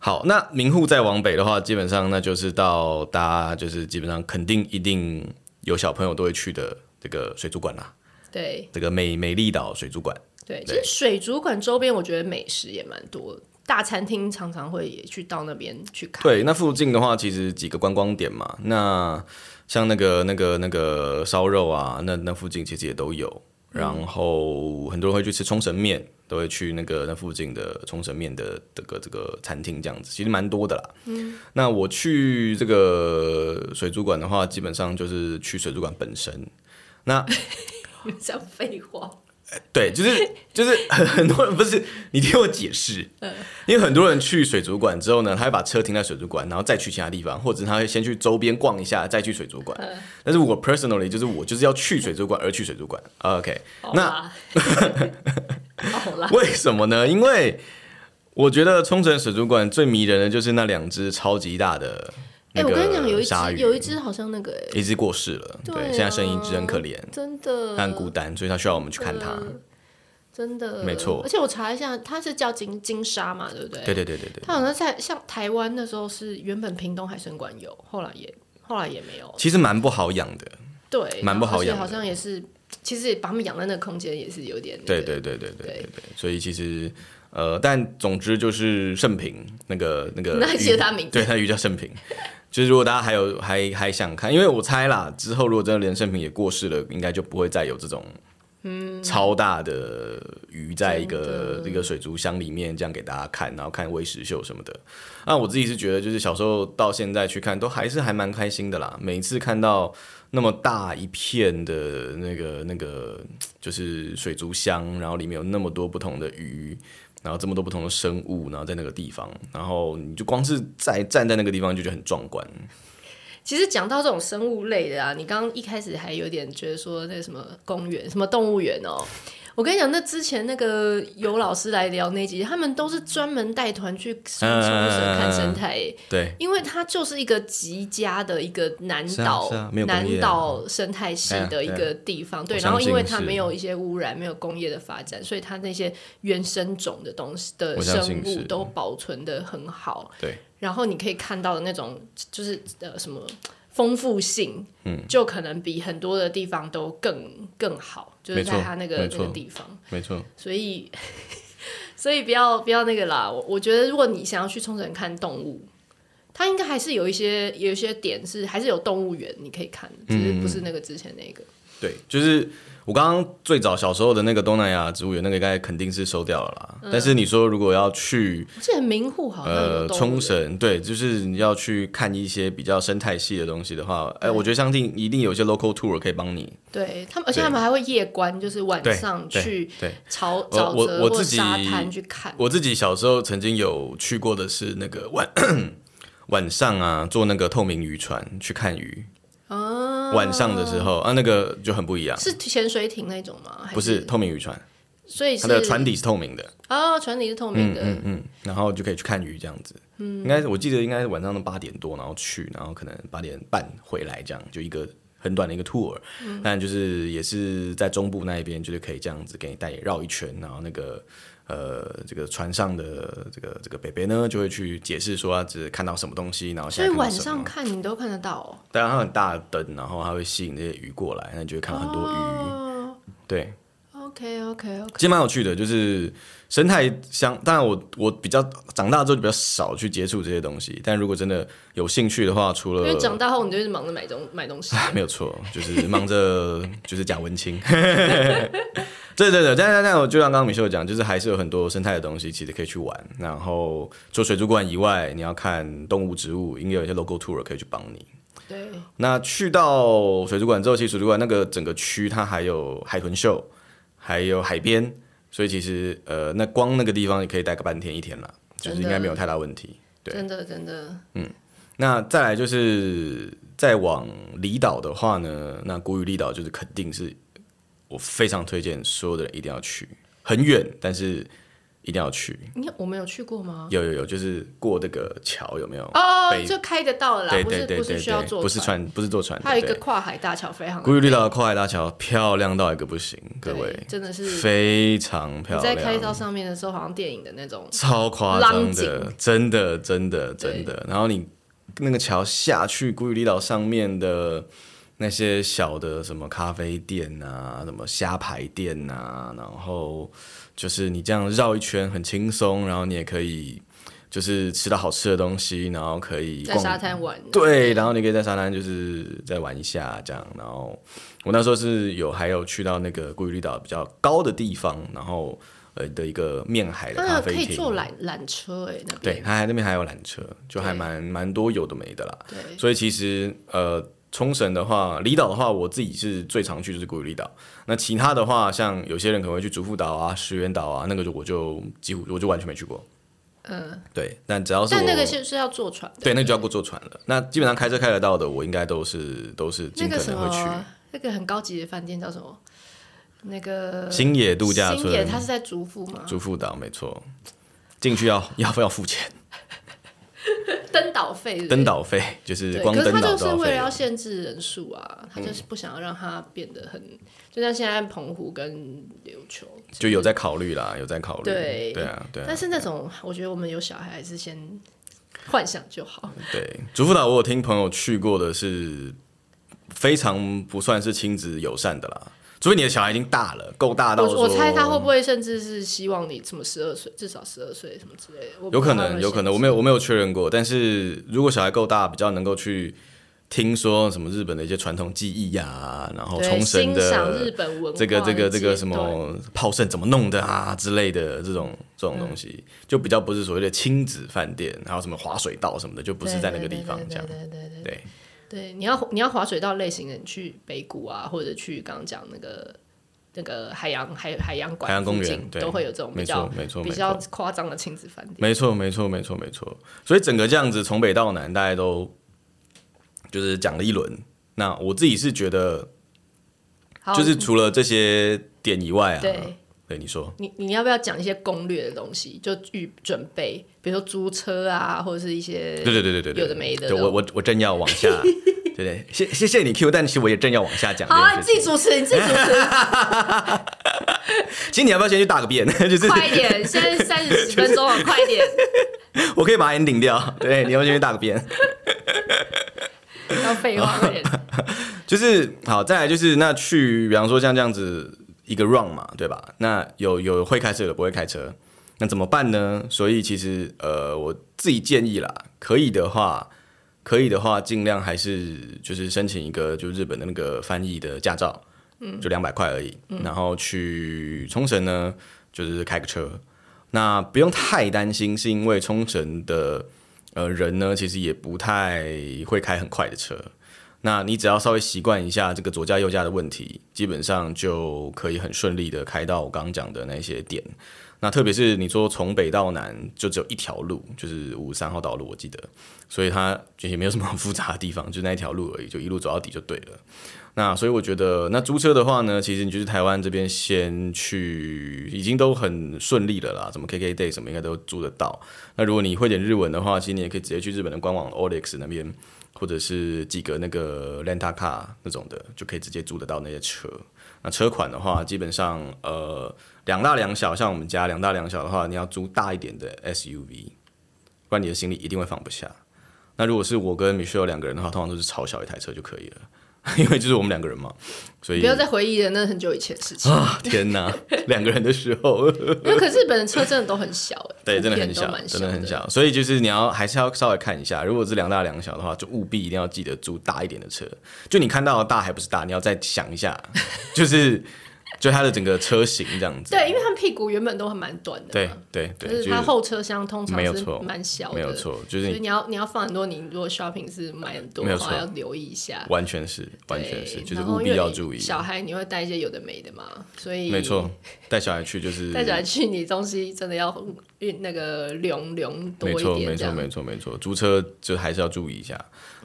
C: 好，那明户再往北的话，基本上那就是到大家就是基本上肯定一定有小朋友都会去的这个水族馆啦，
A: 对，
C: 这个美美丽岛水族馆。
A: 对，其
C: 对
A: 实水族馆周边，我觉得美食也蛮多的，大餐厅常常会也去到那边去看。
C: 对，那附近的话，其实几个观光点嘛，那像那个那个那个烧肉啊，那那附近其实也都有。然后很多人会去吃冲绳面，都会去那个那附近的冲绳面的这个这个餐厅这样子，其实蛮多的啦。嗯，那我去这个水族馆的话，基本上就是去水族馆本身。那
A: 你们 讲废话，
C: 对， 就是就是很很多人不是，你听我解释，
A: 嗯
C: 因为很多人去水族馆之后呢，他会把车停在水族馆，然后再去其他地方，或者是他会先去周边逛一下，再去水族馆。
A: 嗯
C: 但是我 personally 就是我就是要去水族馆而去水族馆。OK，
A: 好
C: 那
A: 啦，好啦，
C: 为什么呢？因为我觉得冲绳水族馆最迷人的就是那两只超级大的
A: 哎、
C: 那
A: 我
C: 个
A: 跟你讲，有一
C: 鲨
A: 只
C: 鱼，
A: 有一只好像那个、哎
C: 一只过世了，对，
A: 对啊
C: 现在剩一只很可怜，
A: 真的，
C: 它很孤单，所以它需要我们去看它。
A: 呃真的，
C: 没错
A: 而且我查一下，它是叫金金沙嘛，对不对？
C: 哦对对对对对。
A: 它好像在像台湾那时候是原本屏东海参馆有，后来也后来也没有，
C: 其实蛮不好养的，
A: 对，
C: 蛮不好
A: 而且
C: 养的
A: 好像也是，其实把它们养在那个空间也是有点、那
C: 对
A: 个，
C: 对对对对对
A: 对
C: 对，所以其实呃，但总之就是盛平那个那个 鱼，
A: 那记得他名字
C: 对，他鱼叫盛平。 就是如果大家还有还还想看，因为我猜啦，之后如果真的连盛平也过世了，应该就不会再有这种嗯超大的鱼在一个一个水族箱里面这样给大家看，然后看喂食秀什么的。那我自己是觉得，就是小时候到现在去看，都还是还蛮开心的啦。每一次看到那么大一片的那个那个就是水族箱，然后里面有那么多不同的鱼，然后这么多不同的生物，然后在那个地方，然后你就光是在站在那个地方就觉得很壮观。
A: 其实讲到这种生物类的啊，你刚刚一开始还有点觉得说那个什么公园、什么动物园哦。我跟你讲，那之前那个有老师来聊那集，他们都是专门带团去冲
C: 嗯
A: 绳看生态耶、
C: 对，
A: 因为它就是一个极佳的一个南岛、
C: 是啊是啊没有哎工业
A: 南岛生态系的一个地方，对
C: 对啊
A: 然后因为
C: 我相
A: 它
C: 信是
A: 没有一些污染，没有工业的发展，所以它那些原生种的东西的
C: 我相信
A: 生
C: 是
A: 物都保存的很好，
C: 对，
A: 然后你可以看到的那种就是呃什么丰富性，嗯，就可能比很多的地方都更更好，就是
C: 没错
A: 在它那个
C: 没
A: 那
C: 错
A: 个地方，
C: 没错。
A: 所以 所以不要不要那个啦，我我觉得如果你想要去冲绳看动物。它应该还是有一些有一些点是还是有动物园你可以看，只
C: 嗯
A: 是不是那个之前那个。
C: 对，就是我刚刚最早小时候的那个东南亚植物园，那个应该肯定是收掉了啦。但是你说如果要去
A: 我记得名户好像嗯有
C: 呃
A: 动物园
C: 冲绳，对，就是你要去看一些比较生态系的东西的话，哎、我觉得相信一定有一些 local tour 可以帮你。
A: 对他们，而且他们还会夜观，就是晚
C: 对
A: 上
C: 对
A: 去
C: 对
A: 潮沼
C: 我
A: 泽或
C: 我
A: 者
C: 自己
A: 沙滩去看。
C: 我自己小时候曾经有去过的是那个晚晚上啊，坐那个透明渔船去看鱼。
A: 哦
C: 晚上的时候啊，那个就很不一样，
A: 是潜水艇那种吗？还
C: 不是
A: 是，
C: 透明渔船？
A: 所以
C: 它
A: 是
C: 的船底是透明的，
A: 哦，船底是透明的，
C: 嗯嗯，然后就可以去看鱼这样子。嗯，应该是我记得应该是晚上的八点多，然后去，然后可能八点半回来，这样就一个很短的一个 tour。但就是也是在中部那一边，就是可以这样子给你带你绕一圈，然后那个。呃，这个船上的这个这个北北呢，就会去解释说他啊只是看到什么东西，然后
A: 所
C: 现在
A: 以
C: 看到
A: 晚
C: 什么
A: 上看你都看得到、哦。
C: 当然它很大的灯，然后它会吸引这些鱼过来，那你就会看到很多鱼。
A: 哦
C: 对，
A: OK OK OK，
C: 其实蛮有趣的，就是生态相。当然我，我比较长大之后就比较少去接触这些东西，但如果真的有兴趣的话，除
A: 因
C: 了
A: 为长大后你就是忙着买东买东西。
C: 没有错，就是忙着就是贾文清。 对对对，但但但我就像刚刚米秀讲，就是还是有很多生态的东西，其实可以去玩。然后除了水族馆以外，你要看动物、植物，应该有一些 local tour 可以去帮你。
A: 对，
C: 那去到水族馆之后，其实水族馆那个整个区它还有海豚秀，还有海边，所以其实呃，那光那个地方也可以待个半天一天啦，就是应该没有太大问题。对
A: 真的真的，
C: 那再来就是再往离岛的话呢，那古语离岛就是肯定是我非常推荐所有的人一定要去，很远，但是一定要去。
A: 你看我们有去过吗？
C: 有有有，就是过那个桥有没有？
A: 哦
C: 北，
A: 就开得到了啦，
C: 对
A: 不
C: 对
A: 是
C: 对
A: 不是
C: 对
A: 需要
C: 对，
A: 坐，
C: 不是，船，不是坐船的，
A: 还有一个
C: 对
A: 跨海大桥非常
C: 古雨绿岛的跨海大桥漂亮到一个不行，各
A: 对
C: 位
A: 真的是
C: 非常漂
A: 你在开到
C: 亮，
A: 上面的时候，好像电影的那种，
C: 超夸张
A: 浪景
C: 的，真的真的真的。然后你那个桥下去，古雨绿岛上面的那些小的什么咖啡店啊，什么虾排店啊，然后就是你这样绕一圈很轻松，然后你也可以就是吃到好吃的东西，然后可以
A: 在
C: 逛
A: 沙滩玩，
C: 对，然后你可以在沙滩就是再玩一下这样。然后我那时候是有还有去到那个古雨绿岛比较高的地方，然后呃的一个面海的咖
A: 啊，可
C: 啡
A: 以
C: 厅，
A: 坐缆缆车哎，那
C: 对，
A: 边
C: 它还那边还有缆车，就还蛮蛮多有的没的啦。
A: 对
C: 所以其实呃，冲绳的话，离岛的话，我自己是最常去就是古里岛。那其他的话，像有些人可能会去竹富岛啊、石垣岛啊，那个就我就几乎我就完全没去过。嗯，对，但只要是
A: 但那
C: 我
A: 个是是要坐船的，
C: 对，那个就要过坐船了。那基本上开车开得到的，我应该都是都是
A: 那
C: 尽
A: 个
C: 可
A: 什
C: 能会去。
A: 么那个很高级的饭店叫什么？那个
C: 星野度假
A: 星呃野，
C: 村、
A: 它是在竹富吗？
C: 竹富岛，没错，进去要 要要付钱，
A: 登岛费是不是，
C: 登岛费就是
A: 对，
C: 光
A: 可是
C: 登
A: 他
C: 岛
A: 就
C: 都
A: 是
C: 要
A: 为了
C: 费嗯
A: 要
C: 了。
A: 限制人数啊，他就是不想要让它变得很，就像现在澎湖跟琉球，
C: 就有在考虑啦，有在考虑。
A: 对
C: 对啊，对啊
A: 但。是那种我觉得我们有小孩还是先幻想就好。
C: 对，竹富岛我有听朋友去过的是非常不算是亲子友善的啦，除非你的小孩已经大了，够大到
A: 我我
C: 说
A: 猜他会不会甚至是希望你什么十二岁，至少十二岁什么之类的，我不
C: 有可
A: 知道他
C: 能，
A: 们
C: 有可
A: 限
C: 能，我
A: 制
C: 没有我没有确认过，但是如果小孩够大，比较能够去听说什么日本的一些传统技艺呀、然后
A: 对
C: 冲绳
A: 欣赏日
C: 的
A: 本文化
C: 这个这个这
A: 的阶
C: 个什么泡盛怎么弄的啊之类的这种这
A: 嗯
C: 种东西，就比较不是所谓的亲子饭店，还有什么滑水道什么的，就不是在那个地方这样。
A: 对对对对对对
C: 对
A: 对，你要你要滑水道类型的，你去北谷啊，或者去刚刚讲那个那个海洋海海洋馆、
C: 海洋公园对
A: 都会有这种比
C: 没
A: 较
C: 错没错
A: 比
C: 没
A: 较
C: 错
A: 夸张的亲子饭店。
C: 没错，没错，没错，没错。所以整个这样子从北到南，大家都就是讲了一轮。那我自己是觉得，
A: 好
C: 就是除了这些点以外啊，
A: 哦对
C: 对你说，
A: 你你要不要讲一些攻略的东西？就预准备，比如说租车啊，或者是一些
C: 对对对对对对，
A: 有的没的
C: 对我我我正要 往下，对对，谢谢谢你 Q，但其实我也正要往下讲
A: 好、啊，
C: 这
A: 你
C: 件
A: 自
C: 事
A: 己主持，
C: 情。
A: 你自己主持，
C: 其实你要不要先去大个便？ 就是
A: 快一点！现在三十几分钟了，快一 点。
C: 我可以把它 ending 掉。对，你要不要先去大个便。
A: 不要废话 快点。
C: 就是好，再来就是那去，比方说像这样子一个 run 嘛，对吧？那有有会开车，有不会开车，那怎么办呢？所以其实呃，我自己建议啦，可以的话，可以的话，尽量还是就是申请一个就日本的那个翻译的驾照，嗯，就两百块而已。然后去冲绳呢，就是开个车，那不用太担心，是因为冲绳的呃人呢，其实也不太会开很快的车。那你只要稍微习惯一下这个左驾右驾的问题，基本上就可以很顺利的开到我刚刚讲的那些点。那特别是你说从北到南就只有一条路，就是五十三号道路，我记得，所以它就也没有什么很复杂的地方，就那一条路而已，就一路走到底就对了。那所以我觉得，那租车的话呢，其实你就是台湾这边先去，已经都很顺利了啦，什么 KK Day 什么应该都租得到。那如果你会点日文的话，其实你也可以直接去日本的官网 OLX 那边，或者是几个那个 rental car 那种的，就可以直接租得到那些车。那车款的话，基本上呃两大两小，像我们家两大两小的话，你要租大一点的 SUV，不然你的行李一定会放不下。那如果是我跟 Michelle 两个人的话，通常都是超小一台车就可以了， 因为就是我们两个人嘛，所以
A: 不要再回忆了，那是很久以前的事 情。
C: 啊天哪，两个人的时候。
A: 因为可是日本的车真的都很小、哎，
C: 对，真的
A: 普遍
C: 很
A: 都
C: 小，
A: 蛮
C: 真的很
A: 小。
C: 小。所以就是你要还是要稍微看一下，如果是两大两小的话，就务必一定要记得租大一点的车。就你看到的大还不是大，你要再想一下，就是就它的整个车型这样子。
A: 对，因为他们屁股原本都还蛮短的
C: 对
A: 嘛，
C: 对
A: 就
C: 对，
A: 是它后车厢通常
C: 没有
A: 是
C: 错
A: 蛮小的，
C: 没有错，
A: 所
C: 就是
A: 以
C: 你
A: 你要你要放很多，你如果 shopping 是买很多
C: 没
A: 的
C: 有错
A: 话，要留意一下。
C: 完全是完
A: 对
C: 全是，就是
A: 然后
C: 务必
A: 因为
C: 要
A: 你
C: 注意。
A: 小孩你会带一些有的没的嘛，所以
C: 没错，，带小孩去就是
A: 带小孩去你东西真的要运那个量量多
C: 没
A: 一
C: 错，
A: 点，
C: 没
A: 这
C: 错，
A: 样
C: 没错，没错。租车就还是要注意一下。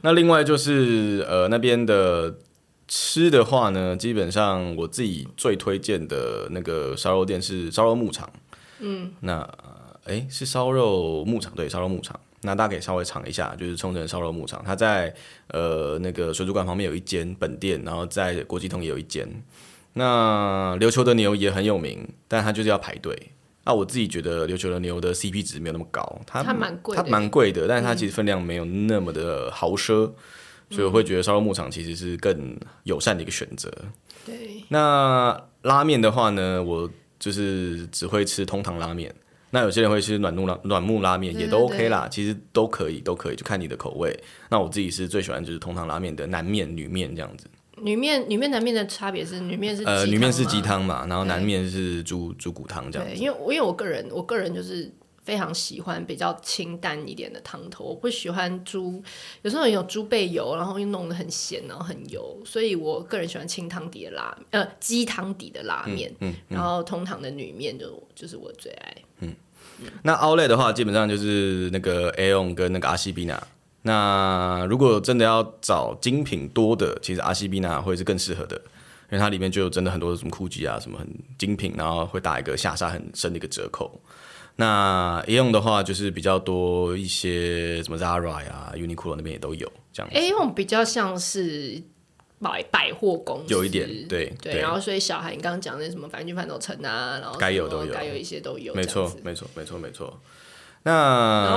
C: 那另外就是呃，那边的吃的话呢，基本上我自己最推荐的那个烧肉店是烧肉牧场。嗯，那哎、诶是烧肉牧场，对，烧肉牧场。那大家可以稍微尝一下，就是冲绳烧肉牧场，它在呃那个水族馆旁边有一间本店，然后在国际通也有一间。那琉球的牛也很有名，但它就是要排队。啊，我自己觉得琉球的牛的 CP 值没有那么高，它
A: 它蛮贵的
C: 它蛮贵的，但是它其实分量没有那么的豪奢，所以我会觉得烧肉牧场其实是更友善的一个选择。
A: 对，
C: 那拉面的话呢，我就是只会吃通堂拉面。那有些人会吃软木拉软木拉面，
A: 对
C: 也
A: 对
C: 都 OK 啦，其实都可以，都可以，就看你的口味。那我自己是最喜欢就是通堂拉面的男面、女面这样子。
A: 女面女面男面的差别是女面是
C: 呃，
A: 鸡
C: 女面
A: 汤
C: 是
A: 嘛
C: 鸡，汤嘛，然后男面是猪猪骨汤这样
A: 对，
C: 子。
A: 因为我因为我个人我个人就是。非常喜欢比较清淡一点的汤头，我不喜欢猪，有时候有猪背油，然后又弄得很咸，然后很油，所以我个人喜欢清汤底的拉，呃，鸡汤底的拉面，
C: 嗯
A: 然后通常的女面就就是我最爱。
C: 那 Outlet 的话，基本上就是那个 Aon 跟那个阿西比娜。那如果真的要找精品多的，其实阿西比娜会是更适合的，因为它里面就有真的很多什么 GUCCI 啊，什么很精品，然后会打一个下杀很深的一个折扣。那 Aon 的话，就是比较多一些什么 Zara 呀、Uniqlo 那边也都有这样子。
A: A 用比较像是百百货公司，
C: 有一点对
A: 对，
C: 对
A: 然后所以小孩你刚刚讲的什么反军反斗城啊，然后
C: 该有
A: 什么
C: 都有
A: 该有一些都有，
C: 没
A: 这样
C: 错
A: 子，
C: 没错，没错，没错。
A: 然后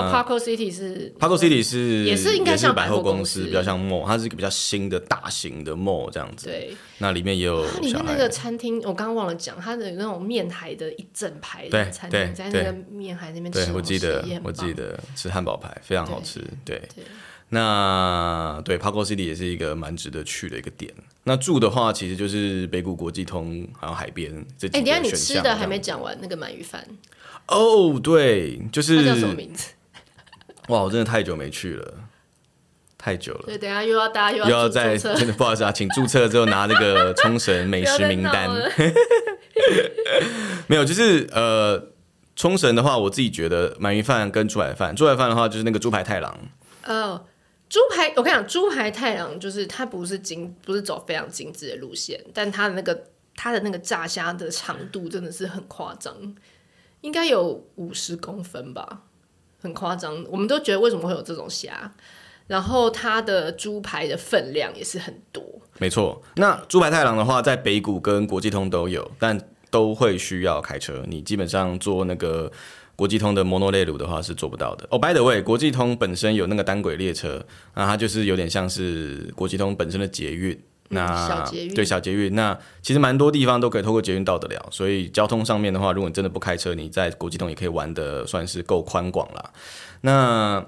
C: 那
A: Parko City 是
C: Paco City 是
A: 也是应该像
C: 也是百
A: 百货
C: 货
A: 公
C: 公司，
A: 司
C: 比较像 mall，它是一个比较新的大型的 mall 这样子。
A: 对，
C: 那里面也有
A: 啊它里
C: 小
A: 面
C: 孩。
A: 那个餐厅，我刚刚忘了讲，它的那种面海的一整排
C: 对
A: 的餐
C: 对
A: 厅，在那
C: 对
A: 个面海那边吃
C: 对，我记得
A: 东西也，很
C: 我记
A: 棒
C: 得吃汉堡排非常好吃。对，
A: 对
C: 那对 Paco City 也是一个蛮值得去的一个点。那住的话，其实就是北谷国际通，还有海边这
A: 哎，
C: 几
A: 等
C: 个
A: 一下
C: 选项。
A: 你吃的还没讲完，那个鳗鱼饭，
C: 哦，对，就
A: 它叫什么
C: 是
A: 名字？
C: 哇，我真的太久没去了，太久了。
A: 对，等一下又要大家又
C: 又要
A: 注
C: 在
A: 册
C: 真的不好意思啊，请注册之后拿那个冲绳美食名单
A: 不要再闹。了
C: 没有，就是呃，冲绳的话，我自己觉得鳗鱼饭跟猪排饭，猪排饭的话就是那个猪排太郎，
A: 呃，猪排，我跟你讲，猪排太郎就是它不是精，不是走非常精致的路线，但它的那个它的那个炸虾的长度真的是很夸张，应该有五十公分吧，很夸张。我们都觉得为什么会有这种虾，然后它的猪排的分量也是很多，
C: 没错，那猪排太郎的话，在北谷跟国际通都有，但都会需要开车。你基本上坐那个国际通的摩诺列鲁的话是做不到的。哦、b y the way，国际通本身有那个单轨列车，那它就是有点像是国际通本身的捷运。那、
A: 嗯小捷运
C: 对小捷运，那其实蛮多地方都可以透过捷运到得了，所以交通上面的话，如果你真的不开车，你在国际通也可以玩的算是够宽广啦。那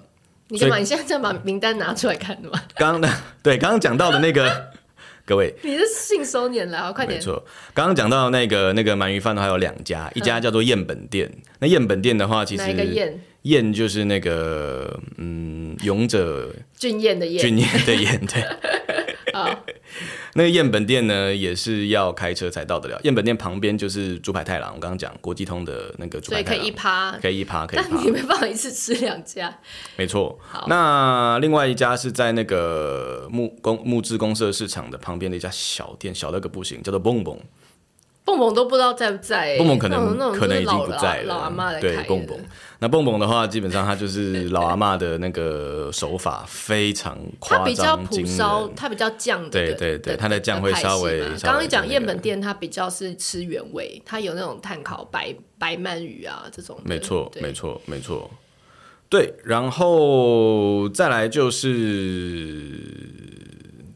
A: 你
C: 所
A: 干嘛？
C: 以
A: 你现在这样把名单拿出来看的吗？
C: 刚刚对刚刚讲到的那个， 各位
A: 你是信手拈来啊！快
C: 没
A: 点，嗯
C: 错，刚刚讲到那个那个鳗鱼饭的话有两家，一家叫做燕本店。那燕本店的话，其实
A: 哪一个燕？
C: 燕就是那个嗯，勇者
A: 俊彦的啊彦
C: 俊彦的燕， 对。那个燕本店呢，也是要开车才到得了。燕本店旁边就是猪排太郎，我刚刚讲国际通的那个猪
A: 所
C: 排
A: 以可
C: 太
A: 以一
C: 郎，
A: 趴，
C: 啊可以一趴，可以一
A: 但
C: 趴
A: 你，没办法一次吃两家。
C: 没错。那另外一家是在那个木公木质公社市场的旁边的一家小店，小到一个不行，叫做蹦蹦。
A: 蹦蹦都不知道在不在、欸，
C: 蹦蹦可
A: 那种
C: 能
A: 那种
C: 可
A: 就是
C: 能已经
A: 老
C: 不在
A: 老老阿妈来
C: 了，
A: 开
C: 对
A: 的
C: 蹦蹦。那蹦蹦的话，基本上它就是老阿妈的那个手法非常
A: 它
C: 夸
A: 比较
C: 张惊
A: 普烧，
C: 人，
A: 它比较酱的，
C: 对对对
A: 的
C: 它的酱会
A: 派系
C: 稍微
A: 嘛
C: 稍微
A: 刚刚讲
C: 那个
A: 燕本店，它比较是吃原味，它有那种碳烤白白鳗鱼啊这种的，
C: 没错
A: 对
C: 没错没错，对，然后再来就是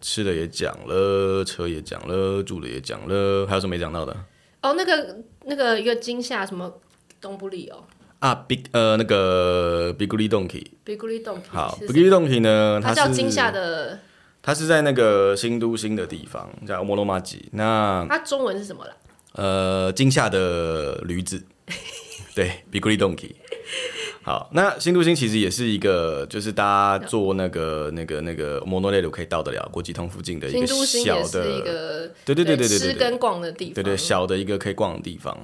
C: 吃的也讲了，车也讲了，住的也讲了，还有什么没讲到的
A: 哦，那个那个一个惊吓什么东不利哦
C: 啊？Big 呃那个 Big Lee Donkey，
A: ，Big l i Donkey，
C: 好
A: 是
C: ，Big Lee Donkey 呢，
A: 它
C: 它
A: 叫
C: 是
A: 惊吓的，
C: 它是在那个新都新的地方，叫摩罗马吉那。
A: 它中文是什么啦？
C: 呃，惊吓的驴子，对比 i g Donkey。好，那新都心其实也是一个，就是大家坐那个、那个、那个 Monorail 可以到得了国际通附近的一
A: 新
C: 个
A: 都心也
C: 小
A: 是
C: 的，
A: 一个
C: 对对对对对
A: 吃
C: 对
A: 跟逛的地方，
C: 对对，小的一个可以逛的地方。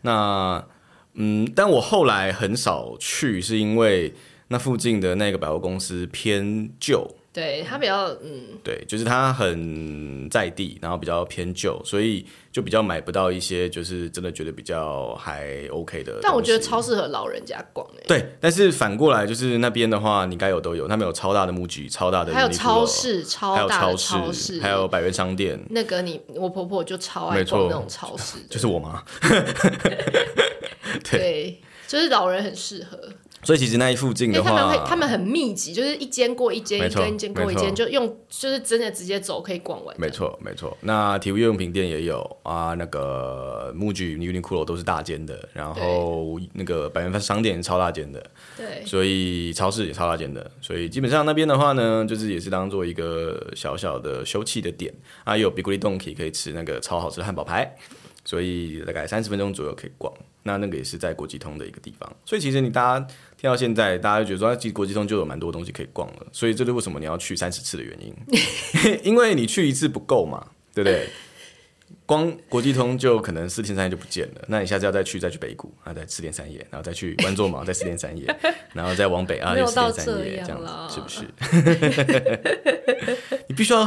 C: 那嗯，但我后来很少去，是因为那附近的那个百货公司偏旧，
A: 对它比较嗯，
C: 对，就是它很在地，然后比较偏旧，所以就比较买不到一些就是真的觉得比较还 OK 的东西。
A: 但我觉得超适合老人家逛欸诶、
C: 对，但是反过来就是那边的话，你该有都有，他们有超大的木具，超大的
A: 还有
C: Uniqlo，
A: 超市，超
C: 还有
A: 大的
C: 超
A: 超
C: 市，
A: 市，
C: 还有百元商店，
A: 那个你我婆婆就超爱
C: 没错
A: 逛那种超市的，
C: 就是我 妈。对
A: 对，就是老人很适合，
C: 所以其实那一附近
A: 因为
C: 的
A: 他们
C: 话，
A: 会他们很密集，就是一间过一间，
C: 没
A: 一
C: 错
A: 间一间过一
C: 没
A: 间，
C: 错
A: 就用就是真的直接走可以逛完。
C: 没，错，没错。那体育用品店也有啊，那个木具、Uniqlo 都是大间的，然后那个百元商店也是超大间的，
A: 对，
C: 所以超市也超大间的，所以基本上那边的话呢，就是也是当做一个小小的休憩的点啊，也有 Big l y Donkey 可以吃那个超好吃的汉堡排，所以大概三十分钟左右可以逛。那那个也是在国际通的一个地方，所以其实你大家听到现在，大家就觉得说，啊其实国际通就有蛮多东西可以逛了，所以这就是为什么你要去三十次的原因， 因为你去一次不够嘛，对不对？ 光国际通就可能四天三夜就不见了，那你下次要再去再去北谷，啊，再四天三夜，然后再去万座毛，再 四天三夜，然后再往北啊，
A: 没有
C: 又四天
A: 到
C: 三
A: 这
C: 夜，
A: 样
C: 这样
A: 啦
C: 子是不是？ 你必须要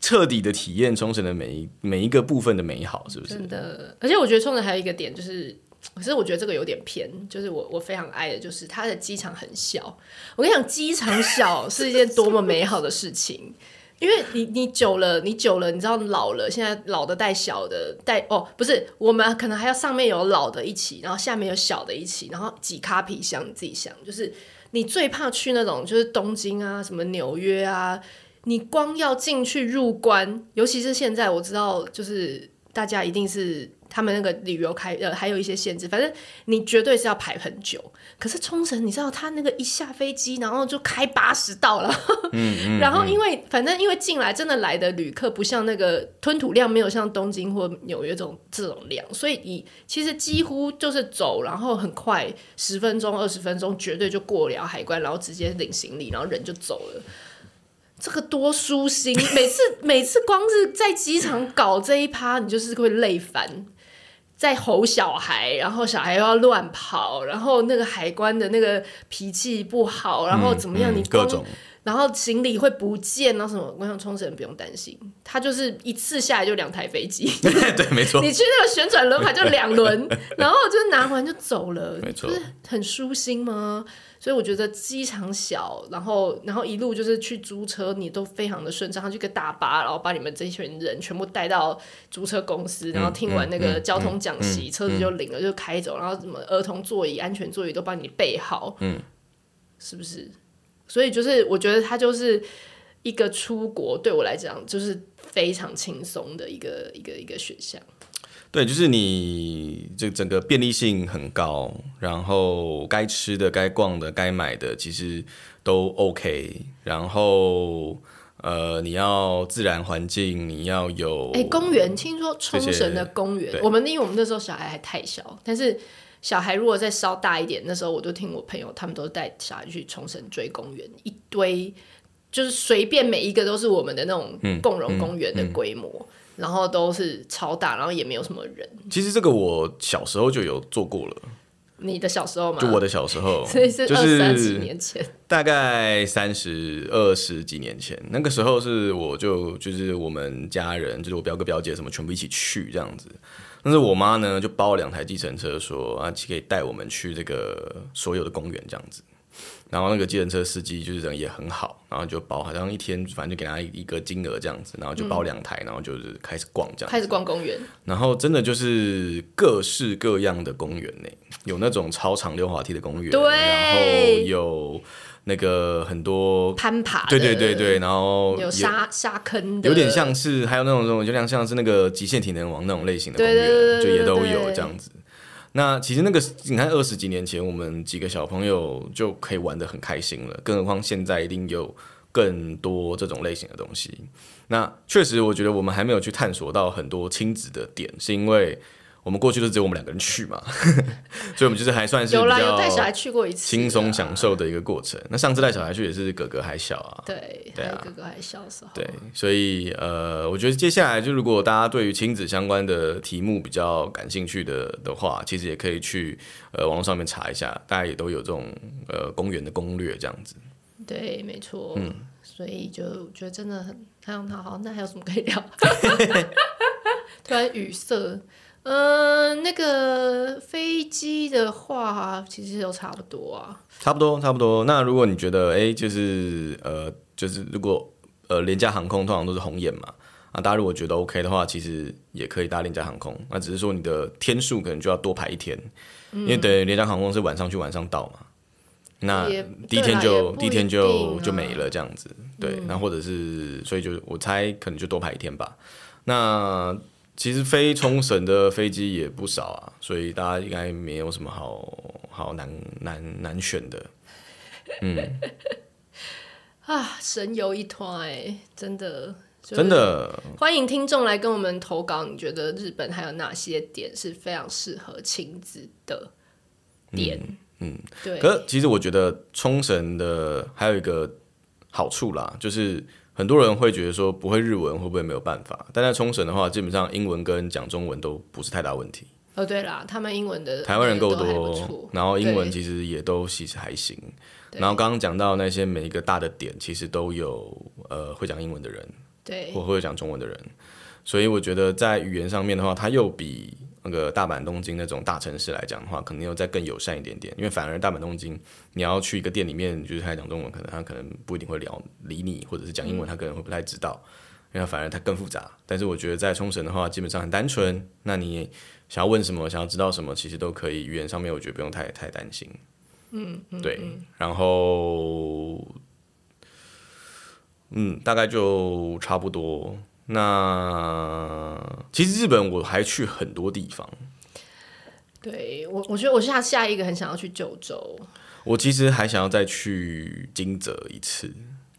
C: 彻底的体验冲绳的每一每一个部分的美好，是不是？
A: 真的。而且我觉得冲绳还有一个点就是。可是我觉得这个有点偏，就是我我非常爱的，就是它的机场很小。我跟你讲，机场小是一件多么美好的事情， 因为你你久了，你久了，你知道老了，现在老的带小的带哦，不是，我们可能还要上面有老的一起，然后下面有小的一起，然后几卡皮箱你自己想，就是你最怕去那种就是东京啊，什么纽约啊，你光要进去入关，尤其是现在我知道，就是大家一定是他们那个旅游开呃还有一些限制，反正你绝对是要排很久。可是冲绳，你知道他那个一下飞机，然后就开八十到了，
C: 嗯
A: 然后因为反正因为进来真的来的旅客不像那个吞吐量没有像东京或纽约这种这种量，所以你其实几乎就是走，然后很快十分钟二十分钟绝对就过了海关，然后直接领行李，然后人就走了。这个多舒 心，每次每次光是在机场搞这一趴，你就是会累烦。在吼小孩，然后小孩又要乱跑，然后那个海关的那个脾气不好，然后怎么样？
C: 嗯
A: 你
C: 各
A: 光
C: 种
A: 然后行李会不见，然后什么？我想冲绳不用担心，他就是一次下来就两台飞机，
C: 对，没错，
A: 你去那个旋转轮盘就两 轮，然后就拿完就走了，
C: 没错
A: 不是很舒心吗？所以我觉得机场小，然后然后一路就是去租车，你都非常的顺畅，它就一个大巴，然后把你们这群人全部带到租车公
C: 嗯
A: 司，然后听完那个交通讲习，车子就领了就开走，然后什么儿童座椅、安全座椅都帮你备好，嗯，是不是？所以就是我觉得它就是一个出国对我来讲就是非常轻松的一个一个一个选项。
C: 对，就是你这整个便利性很高，然后该吃的、该逛的、该买的，其实都 OK。然后呃，你要自然环境，你要有
A: 哎、公园，听说冲
C: 这些
A: 绳的公园
C: 对，
A: 我们因为我们那时候小孩还太小，但是小孩如果再稍大一点，那时候我就听我朋友他们都带小孩去冲绳追公园，一堆就是随便每一个都是我们的那种
C: 嗯
A: 共荣公园的规模，然后都是超大，然后也没有什么人。
C: 其实这个我小时候就有做过了，
A: 你的小时候嘛，
C: 就我的小时候，
A: 啊 所以是
C: 就
A: 二
C: 是
A: 三十年前，
C: 大概三十二十几年前，那个时候是我就就是我们家人，就是我表哥表姐什么全部一起去这样子。但是我妈呢就包了两台计程车说啊，可以带我们去这个所有的公园这样子。然后那个计程车司机就是人也很好，然后就包好像一天反正就给他一个金额这样子，然后就包两台，然后就是开始逛这样子
A: 开始逛公园，
C: 然后真的就是各式各样的公园呢，有那种超长溜滑梯的公园，
A: 对
C: 然后有那个很多，
A: 攀爬，
C: 对对对，对，然后
A: 有沙沙坑的，
C: 有点像是还有那种那种，就像像是那个极限体能王那种类型的公
A: 对
C: 园，
A: 对对对
C: 就也都
A: 对
C: 有
A: 对
C: 这样子。那其实那个你看，二十几年前我们几个小朋友就可以玩的很开心了，更何况现在一定有更多这种类型的东西。那确实，我觉得我们还没有去探索到很多亲子的点，是因为我们过去都只有我们两个人去嘛， 所以我们就是还算是
A: 有
C: 比
A: 啦，有带小
C: 较
A: 孩去啊过一次，
C: 轻松享。受的一个过程。那上次带小孩去也是哥哥还小啊，
A: 对，
C: 对
A: 还有
C: 啊
A: 哥哥还小的时候，
C: 对，所以呃，我觉得接下来就如果大家对于亲子相关的题目比较感兴趣的的话，其实也可以去呃网络上面查一下，大家也都有这种呃公园的攻略这样子。
A: 对，没错。
C: 嗯
A: 所以就我觉得真的很非常好。好，那还有什么可以 聊？突然语塞。嗯、那个飞机的话，其实都差不多啊。
C: 差不多，差不多。那如果你觉得，哎、就是呃，就是如果呃廉价航空通常都是红眼嘛，啊，大家如果觉得 OK 的话，其实也可以搭廉价航空，那只是说你的天数可能就要多排一天，
A: 嗯
C: 因为等于廉价航空是晚上去晚上到嘛。那
A: 也
C: 第一天
A: 对啦
C: 就
A: 也不
C: 第一天
A: 一
C: 就
A: 定啊嗯
C: 就没了这样子，对，那或者是所以就我猜可能就多排一天吧。那其实飞冲绳的飞机也不少啊，所以大家应该没有什么好好难难难选的。
A: 啊，神游一团、欸，真的，就是
C: 真的，
A: 欢迎听众来跟我们投稿，你觉得日本还有哪些点是非常适合亲子的点？嗯，对，
C: 可是其实我觉得冲绳的还有一个好处啦，就是很多人会觉得说不会日文会不会没有办法，但在冲绳的话，基本上英文跟讲中文都不是太大问题。
A: 哦对啦，他们英文的
C: 台湾人够
A: 都还不错
C: 多，哦然后英文
A: 对
C: 其实也都其实还行。然后刚刚讲到那些每一个大的点，其实都有呃会讲英文的人，
A: 对
C: 或会讲中文的人，所以我觉得在语言上面的话，它又比那个大阪、东京那种大城市来讲的话，可能又再更友善一点点。因为反而大阪、东京，你要去一个店里面，就是他讲中文，可能他可能不一定会聊理你，或者是讲英文，他可能会不太知道。因为反而它更复杂，但是我觉得在冲绳的话，基本上很单纯。那你想要问什么，想要知道什么，其实都可以。语言上面，我觉得不用太太担心。嗯，对。然后嗯，大概就差不多。那其实日本我还去很多地方，
A: 对，我我觉得我下下一个很想要去九州。
C: 我其实还想要再去金泽一次。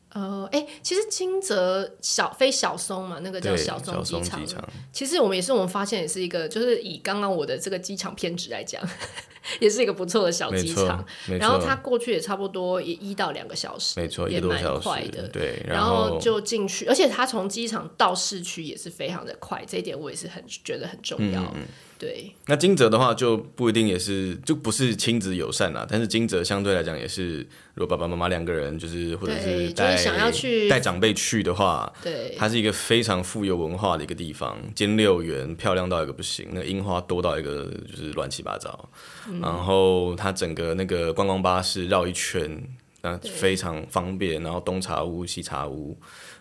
A: 呃，哎，其实金泽小飞小松嘛，那个叫
C: 对，
A: 小
C: 小
A: 松机
C: 松
A: 场
C: 机。场，
A: 其实我们也是我们发现也是一个，就是以刚刚我的这个机场偏执来讲， 也是一个不错的小
C: 没
A: 机
C: 错
A: 场。，
C: 没
A: 然后它
C: 错，
A: 过去也差不多也一到两个小时，
C: 没错，一
A: 也
C: 个多
A: 蛮
C: 小
A: 快
C: 时
A: 的。
C: 对，
A: 然
C: 后
A: 就进去，而且它从机场到市区也是非常的快，这一点我也是很觉得很重
C: 嗯
A: 要。对，
C: 那金泽的话就不一定也是就不是亲子友善啦，啊但是金泽相对来讲也是，如果爸爸妈妈两个人就是或者
A: 对就是
C: 是带
A: 想要去
C: 带长辈去的话，
A: 对，
C: 它是一个非常富有文化的一个地方，金六园漂亮到一个不行，那樱花多到一个就是乱七八糟。
A: 嗯
C: 然后它整个那个观光巴士绕一圈，那非常方便，然后东茶屋、西茶屋，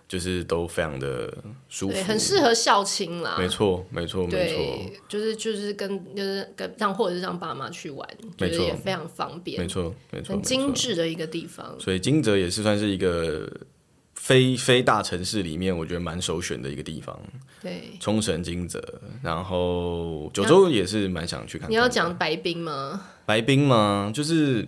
C: 就是都非常的舒服
A: 对，，很适合校庆啦。
C: 没错，没错，没错，
A: 对，就是就是跟就是跟让或者是让爸妈去玩，觉
C: 没
A: 得
C: 错
A: 也非常方便，
C: 没错，没错，
A: 很
C: 没
A: 精
C: 错。
A: 致的一个地方。
C: 所以金泽也是算是一个非非大城市里面，我觉得蛮首选的一个地方。
A: 对，
C: 冲绳、金泽，然后九州也是蛮想去看看的。
A: 你要讲白冰吗？
C: 来宾吗？就是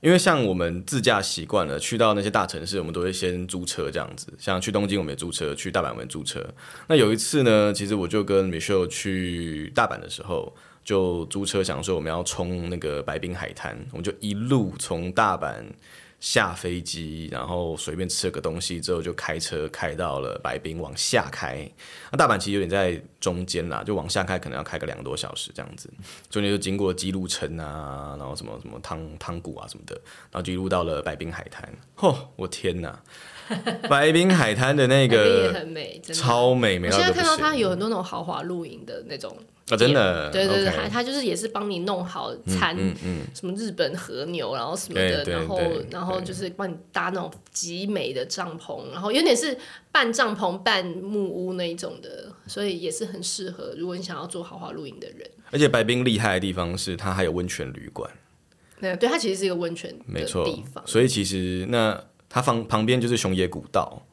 C: 因为像我们自驾习惯了，去到那些大城市，我们都会先租车这样子。像去东京我们也租车，去大阪我们也租车。那有一次呢，其实我就跟 Michelle 去大阪的时候，就租车想说我们要冲那个白冰海滩，我们就一路从大阪。下飞机，然后随便吃了个东西之后，就开车开到了白冰，往下开。那大阪其实有点在中间啦，就往下开可能要开个两个多小时这样子。中间就经过基路城啊，然后什么什么汤汤谷啊什么的，然后就一路到了白冰海滩。吼、我天哪！白冰海滩的 那
A: 白冰也
C: 个
A: 很美，真的。
C: 超美，美
A: 我
C: 到
A: 现
C: 一
A: 在
C: 个不
A: 看到它
C: 行嗯
A: 有很多那种豪华露营的那种
C: 啊！真的，
A: 对对对，它
C: OK 嗯
A: 它就是也是帮你弄好餐，什么日本和牛，然后什么的，
C: 对对
A: 然后
C: 对
A: 然后就是帮你搭那种极美的帐篷，然后有点是半帐篷半木屋那一种的，所以也是很适合如果你想要做豪华露营的人。
C: 而且白冰厉害的地方是它还有温泉旅馆，
A: 对，对，它其实是一个温泉
C: 没
A: 的
C: 错
A: 地方。。
C: 所以其实那它旁旁边就是熊野古道，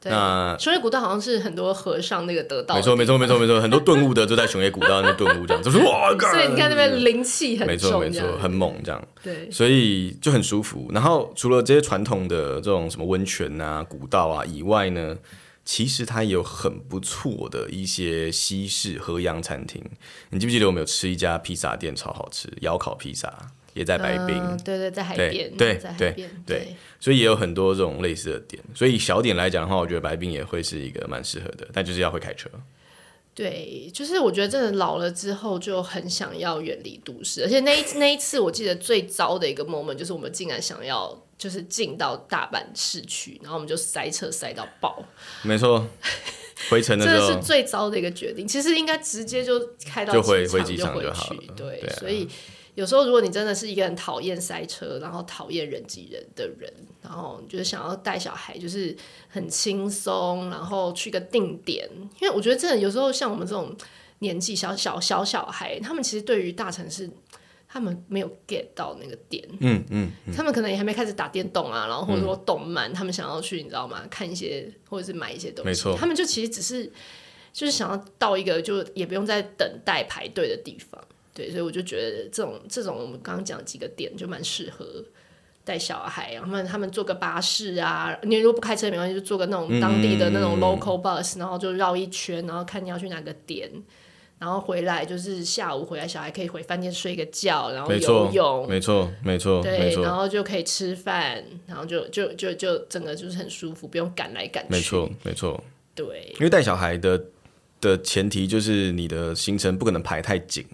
A: 对
C: 那
A: 熊野古道好像是很多和尚那个得到的
C: 没错
A: 地
C: 没错没错没错，很多顿悟的就在熊野古道那顿悟这样，就是哇，
A: 方， 所以你看那边灵气很
C: 没
A: 重
C: 错没
A: 这
C: 错，
A: 样
C: 很猛这样。
A: 对
C: 所以就很舒服。然后除了这些传统的这种什么温泉啊、古道啊以外呢，其实它也有很不错的一些西式和洋餐厅。你记不记得我们有吃一家披萨店超好吃，窑烤披萨也在白冰，
A: 嗯对对，在海
C: 对
A: 边，
C: 对
A: 在海
C: 对
A: 边，
C: 对所以也有很多这种类似的点。所以小点来讲的话，我觉得白冰也会是一个蛮适合的，但就是要会开车。
A: 对，就是我觉得真的老了之后就很想要远离都市，而且那一那一次 我记得最糟的一个 moment 就是我们竟然想要就是进到大阪市区，然后我们就塞车塞到爆，
C: 没错，回程的
A: 这
C: 时
A: 个
C: 候
A: 是最糟的一个决定。其实应该直接就开到
C: 就回
A: 机
C: 回机场
A: 就
C: 就
A: 回
C: 好
A: 去
C: 了
A: 对，
C: 对啊
A: 所以有时候如果你真的是一个很讨厌塞车，然后讨厌人挤人的人，然后就是想要带小孩，就是很轻松，然后去个定点，因为我觉得真的有时候像我们这种年纪小小小小孩，他们其实对于大城市。他们没有 get 到那个点，
C: 嗯嗯，
A: 他们可能也还没开始打电动啊，然后或者说动漫，他们想要去你知道吗？看一些或者是买一些东西，
C: 没错
A: 他们就其实只是就是想要到一个就也不用再等待排队的地方，对，所以我就觉得这种这种我们刚刚讲的几个点就蛮适合。带小孩，啊然后他们他们坐个巴士啊，你如果不开车没关系，就坐个那
C: 嗯
A: 种当地的那种 local bus，、然后就绕一圈，然后看你要去哪个点，然后回来就是下午回来，小孩可以回饭店睡个觉，然后
C: 没
A: 游
C: 错
A: 泳，，
C: 没错，没错，没
A: 对，然
C: 错，
A: 后就可以吃饭，然后就就就就整个就是很舒服，不用赶来赶去。
C: 没，错，没错。
A: 对，
C: 因为带小孩的的前提就是你的行程不可能排太紧，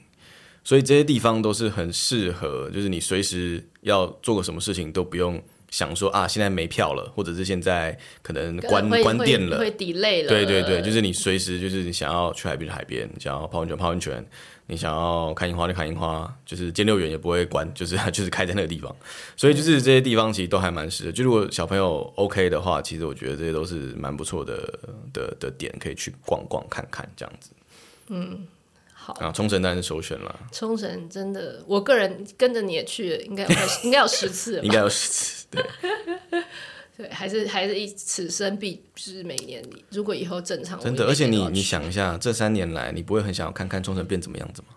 C: 所以这些地方都是很适合，就是你随时要做个什么事情都不用想说啊，现在没票了，或者是现在可能关
A: 会
C: 关店
A: 会
C: 了。
A: 会 delay 了。
C: 对对对，就是你随时就是你想要去海边就海边，你想要泡温泉泡温泉，你想要看樱花就看樱花，就是监六园也不会关， 就是它就是开在那个地方，所以就是这些地方其实都还蛮适合。就如果小朋友 OK 的话，其实我觉得这些都是蛮不错的的的点，可以去逛逛看看这样子。
A: 嗯好，
C: 啊，冲绳当然是首选啦，
A: 冲绳真的，我个人跟着你也去了，应该 有应该有十次了
C: 应
A: 吧？
C: 该有十次。对，
A: 对，还是还是一此生必就是每年，如果以后正常，
C: 真的，
A: 我
C: 而
A: 一
C: 且
A: 定都
C: 你
A: 要去
C: 你，想一下，这三年来，你不会很想要看看冲绳变怎么样子吗？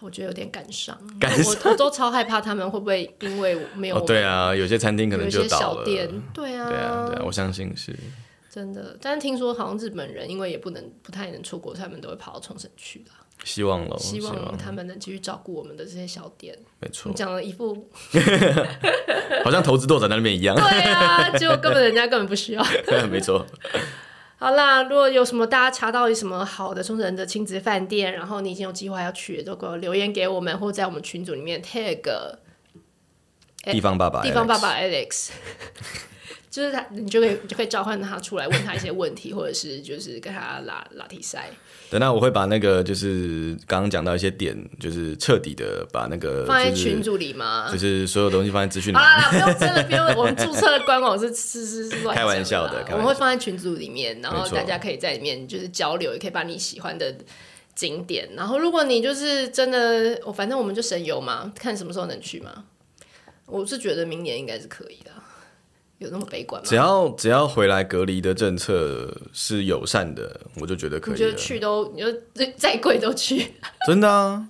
A: 我觉得有点感伤，
C: 感
A: 我我都超害怕他们会不会因为没有
C: 哦，对啊，有些餐厅可
A: 有
C: 能
A: 一
C: 就
A: 些
C: 倒
A: 小
C: 了。
A: 店，对啊，
C: 对啊，对啊，我相信是。
A: 真的，但是听说好像日本人因为也不能不太能出国，所以他们都会跑到冲绳去的。
C: 哦希望喽，
A: 希望他们能继续照顾我们的这些小店。
C: 没
A: 我
C: 错，
A: 讲了一副，
C: 好像投资豆仔在那边一样
A: 对啊，结果根本人家根本不需要。
C: 没错，
A: 好啦，如果有什么大家查到有什么好的冲绳的亲子饭店，然后你已经有计划要去，都给我留言给我们，或在我们群组里面 tag
C: 地方爸爸，
A: 地方爸，爸 Alex，就是他，你就可以你就可以召唤他出来，问他一些问题，或者是就是跟他拉拉提赛。
C: 哎等下我会把那个就是刚刚讲到一些点，就是彻底的把那个
A: 放在
C: 呃就是
A: 群啊组里吗？
C: 就是所有东西放在资讯
A: 好
C: 栏，
A: 啦啦，不用真的不用，我们注册的官网是是是是乱讲啦
C: 开玩笑的开玩笑
A: 我们会放在群组里面，然后
C: 没错
A: 大家可以在里面就是交流，也可以把你喜欢的景点，然后如果你就是真的，我反正我们就神游嘛，看什么时候能去嘛。我是觉得明年应该是可以的，有那么悲观
C: 只
A: 吗？
C: 要只要回来隔离的政策是友善的，我就觉得可
A: 你
C: 以
A: 就
C: 了，
A: 去都，你就再再贵都去，
C: 真的啊，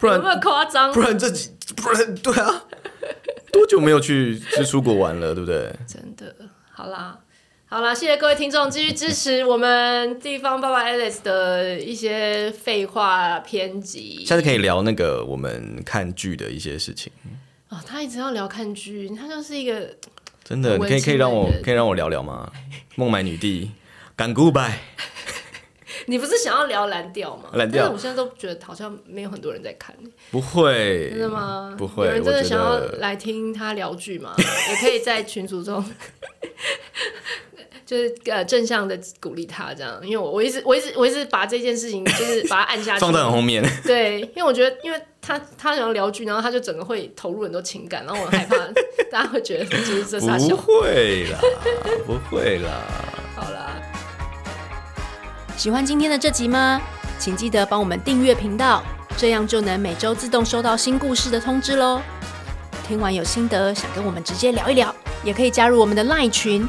C: 不
A: 有
C: 然
A: 没有夸张
C: 不？然这几不然对啊，多久没有去去出国玩了，对 不对？
A: 真的，好啦，好啦，谢谢各位听众继续支持我们地方爸爸 Alice 的一些废话篇集。
C: 下次可以聊那个我们看剧的一些事情，
A: 哦，他一直要聊看剧，他就是一个
C: 真的，你可以可以让我可以让我聊 聊吗？孟买女帝，赶 goodbye。
A: 你不是想要聊蓝调吗？
C: 蓝调
A: 但是我现在都觉得好像没有很多人在看，
C: 不会，
A: 真的吗？
C: 不会，
A: 有人真
C: 我
A: 的
C: 觉
A: 想要
C: 得
A: 来听他聊剧吗？ 也可以在群组中。就是呃正向的鼓励他这样，因为我我一直我一直我一直把这件事情就是把它按下去，
C: 放到很后 面。
A: 对，因为我觉得，因为他他想要聊剧，然后他就整个会投入很多情感，然后我很害怕 大家会觉得就是这傻
C: 不
A: 笑。
C: 会啦，不会啦。
A: 好啦，
D: 喜欢今天的这集吗？请记得帮我们订阅频道，这样就能每周自动收到新故事的通知喽。听完有心得，想跟我们直接聊一聊，也可以加入我们的 LINE 群，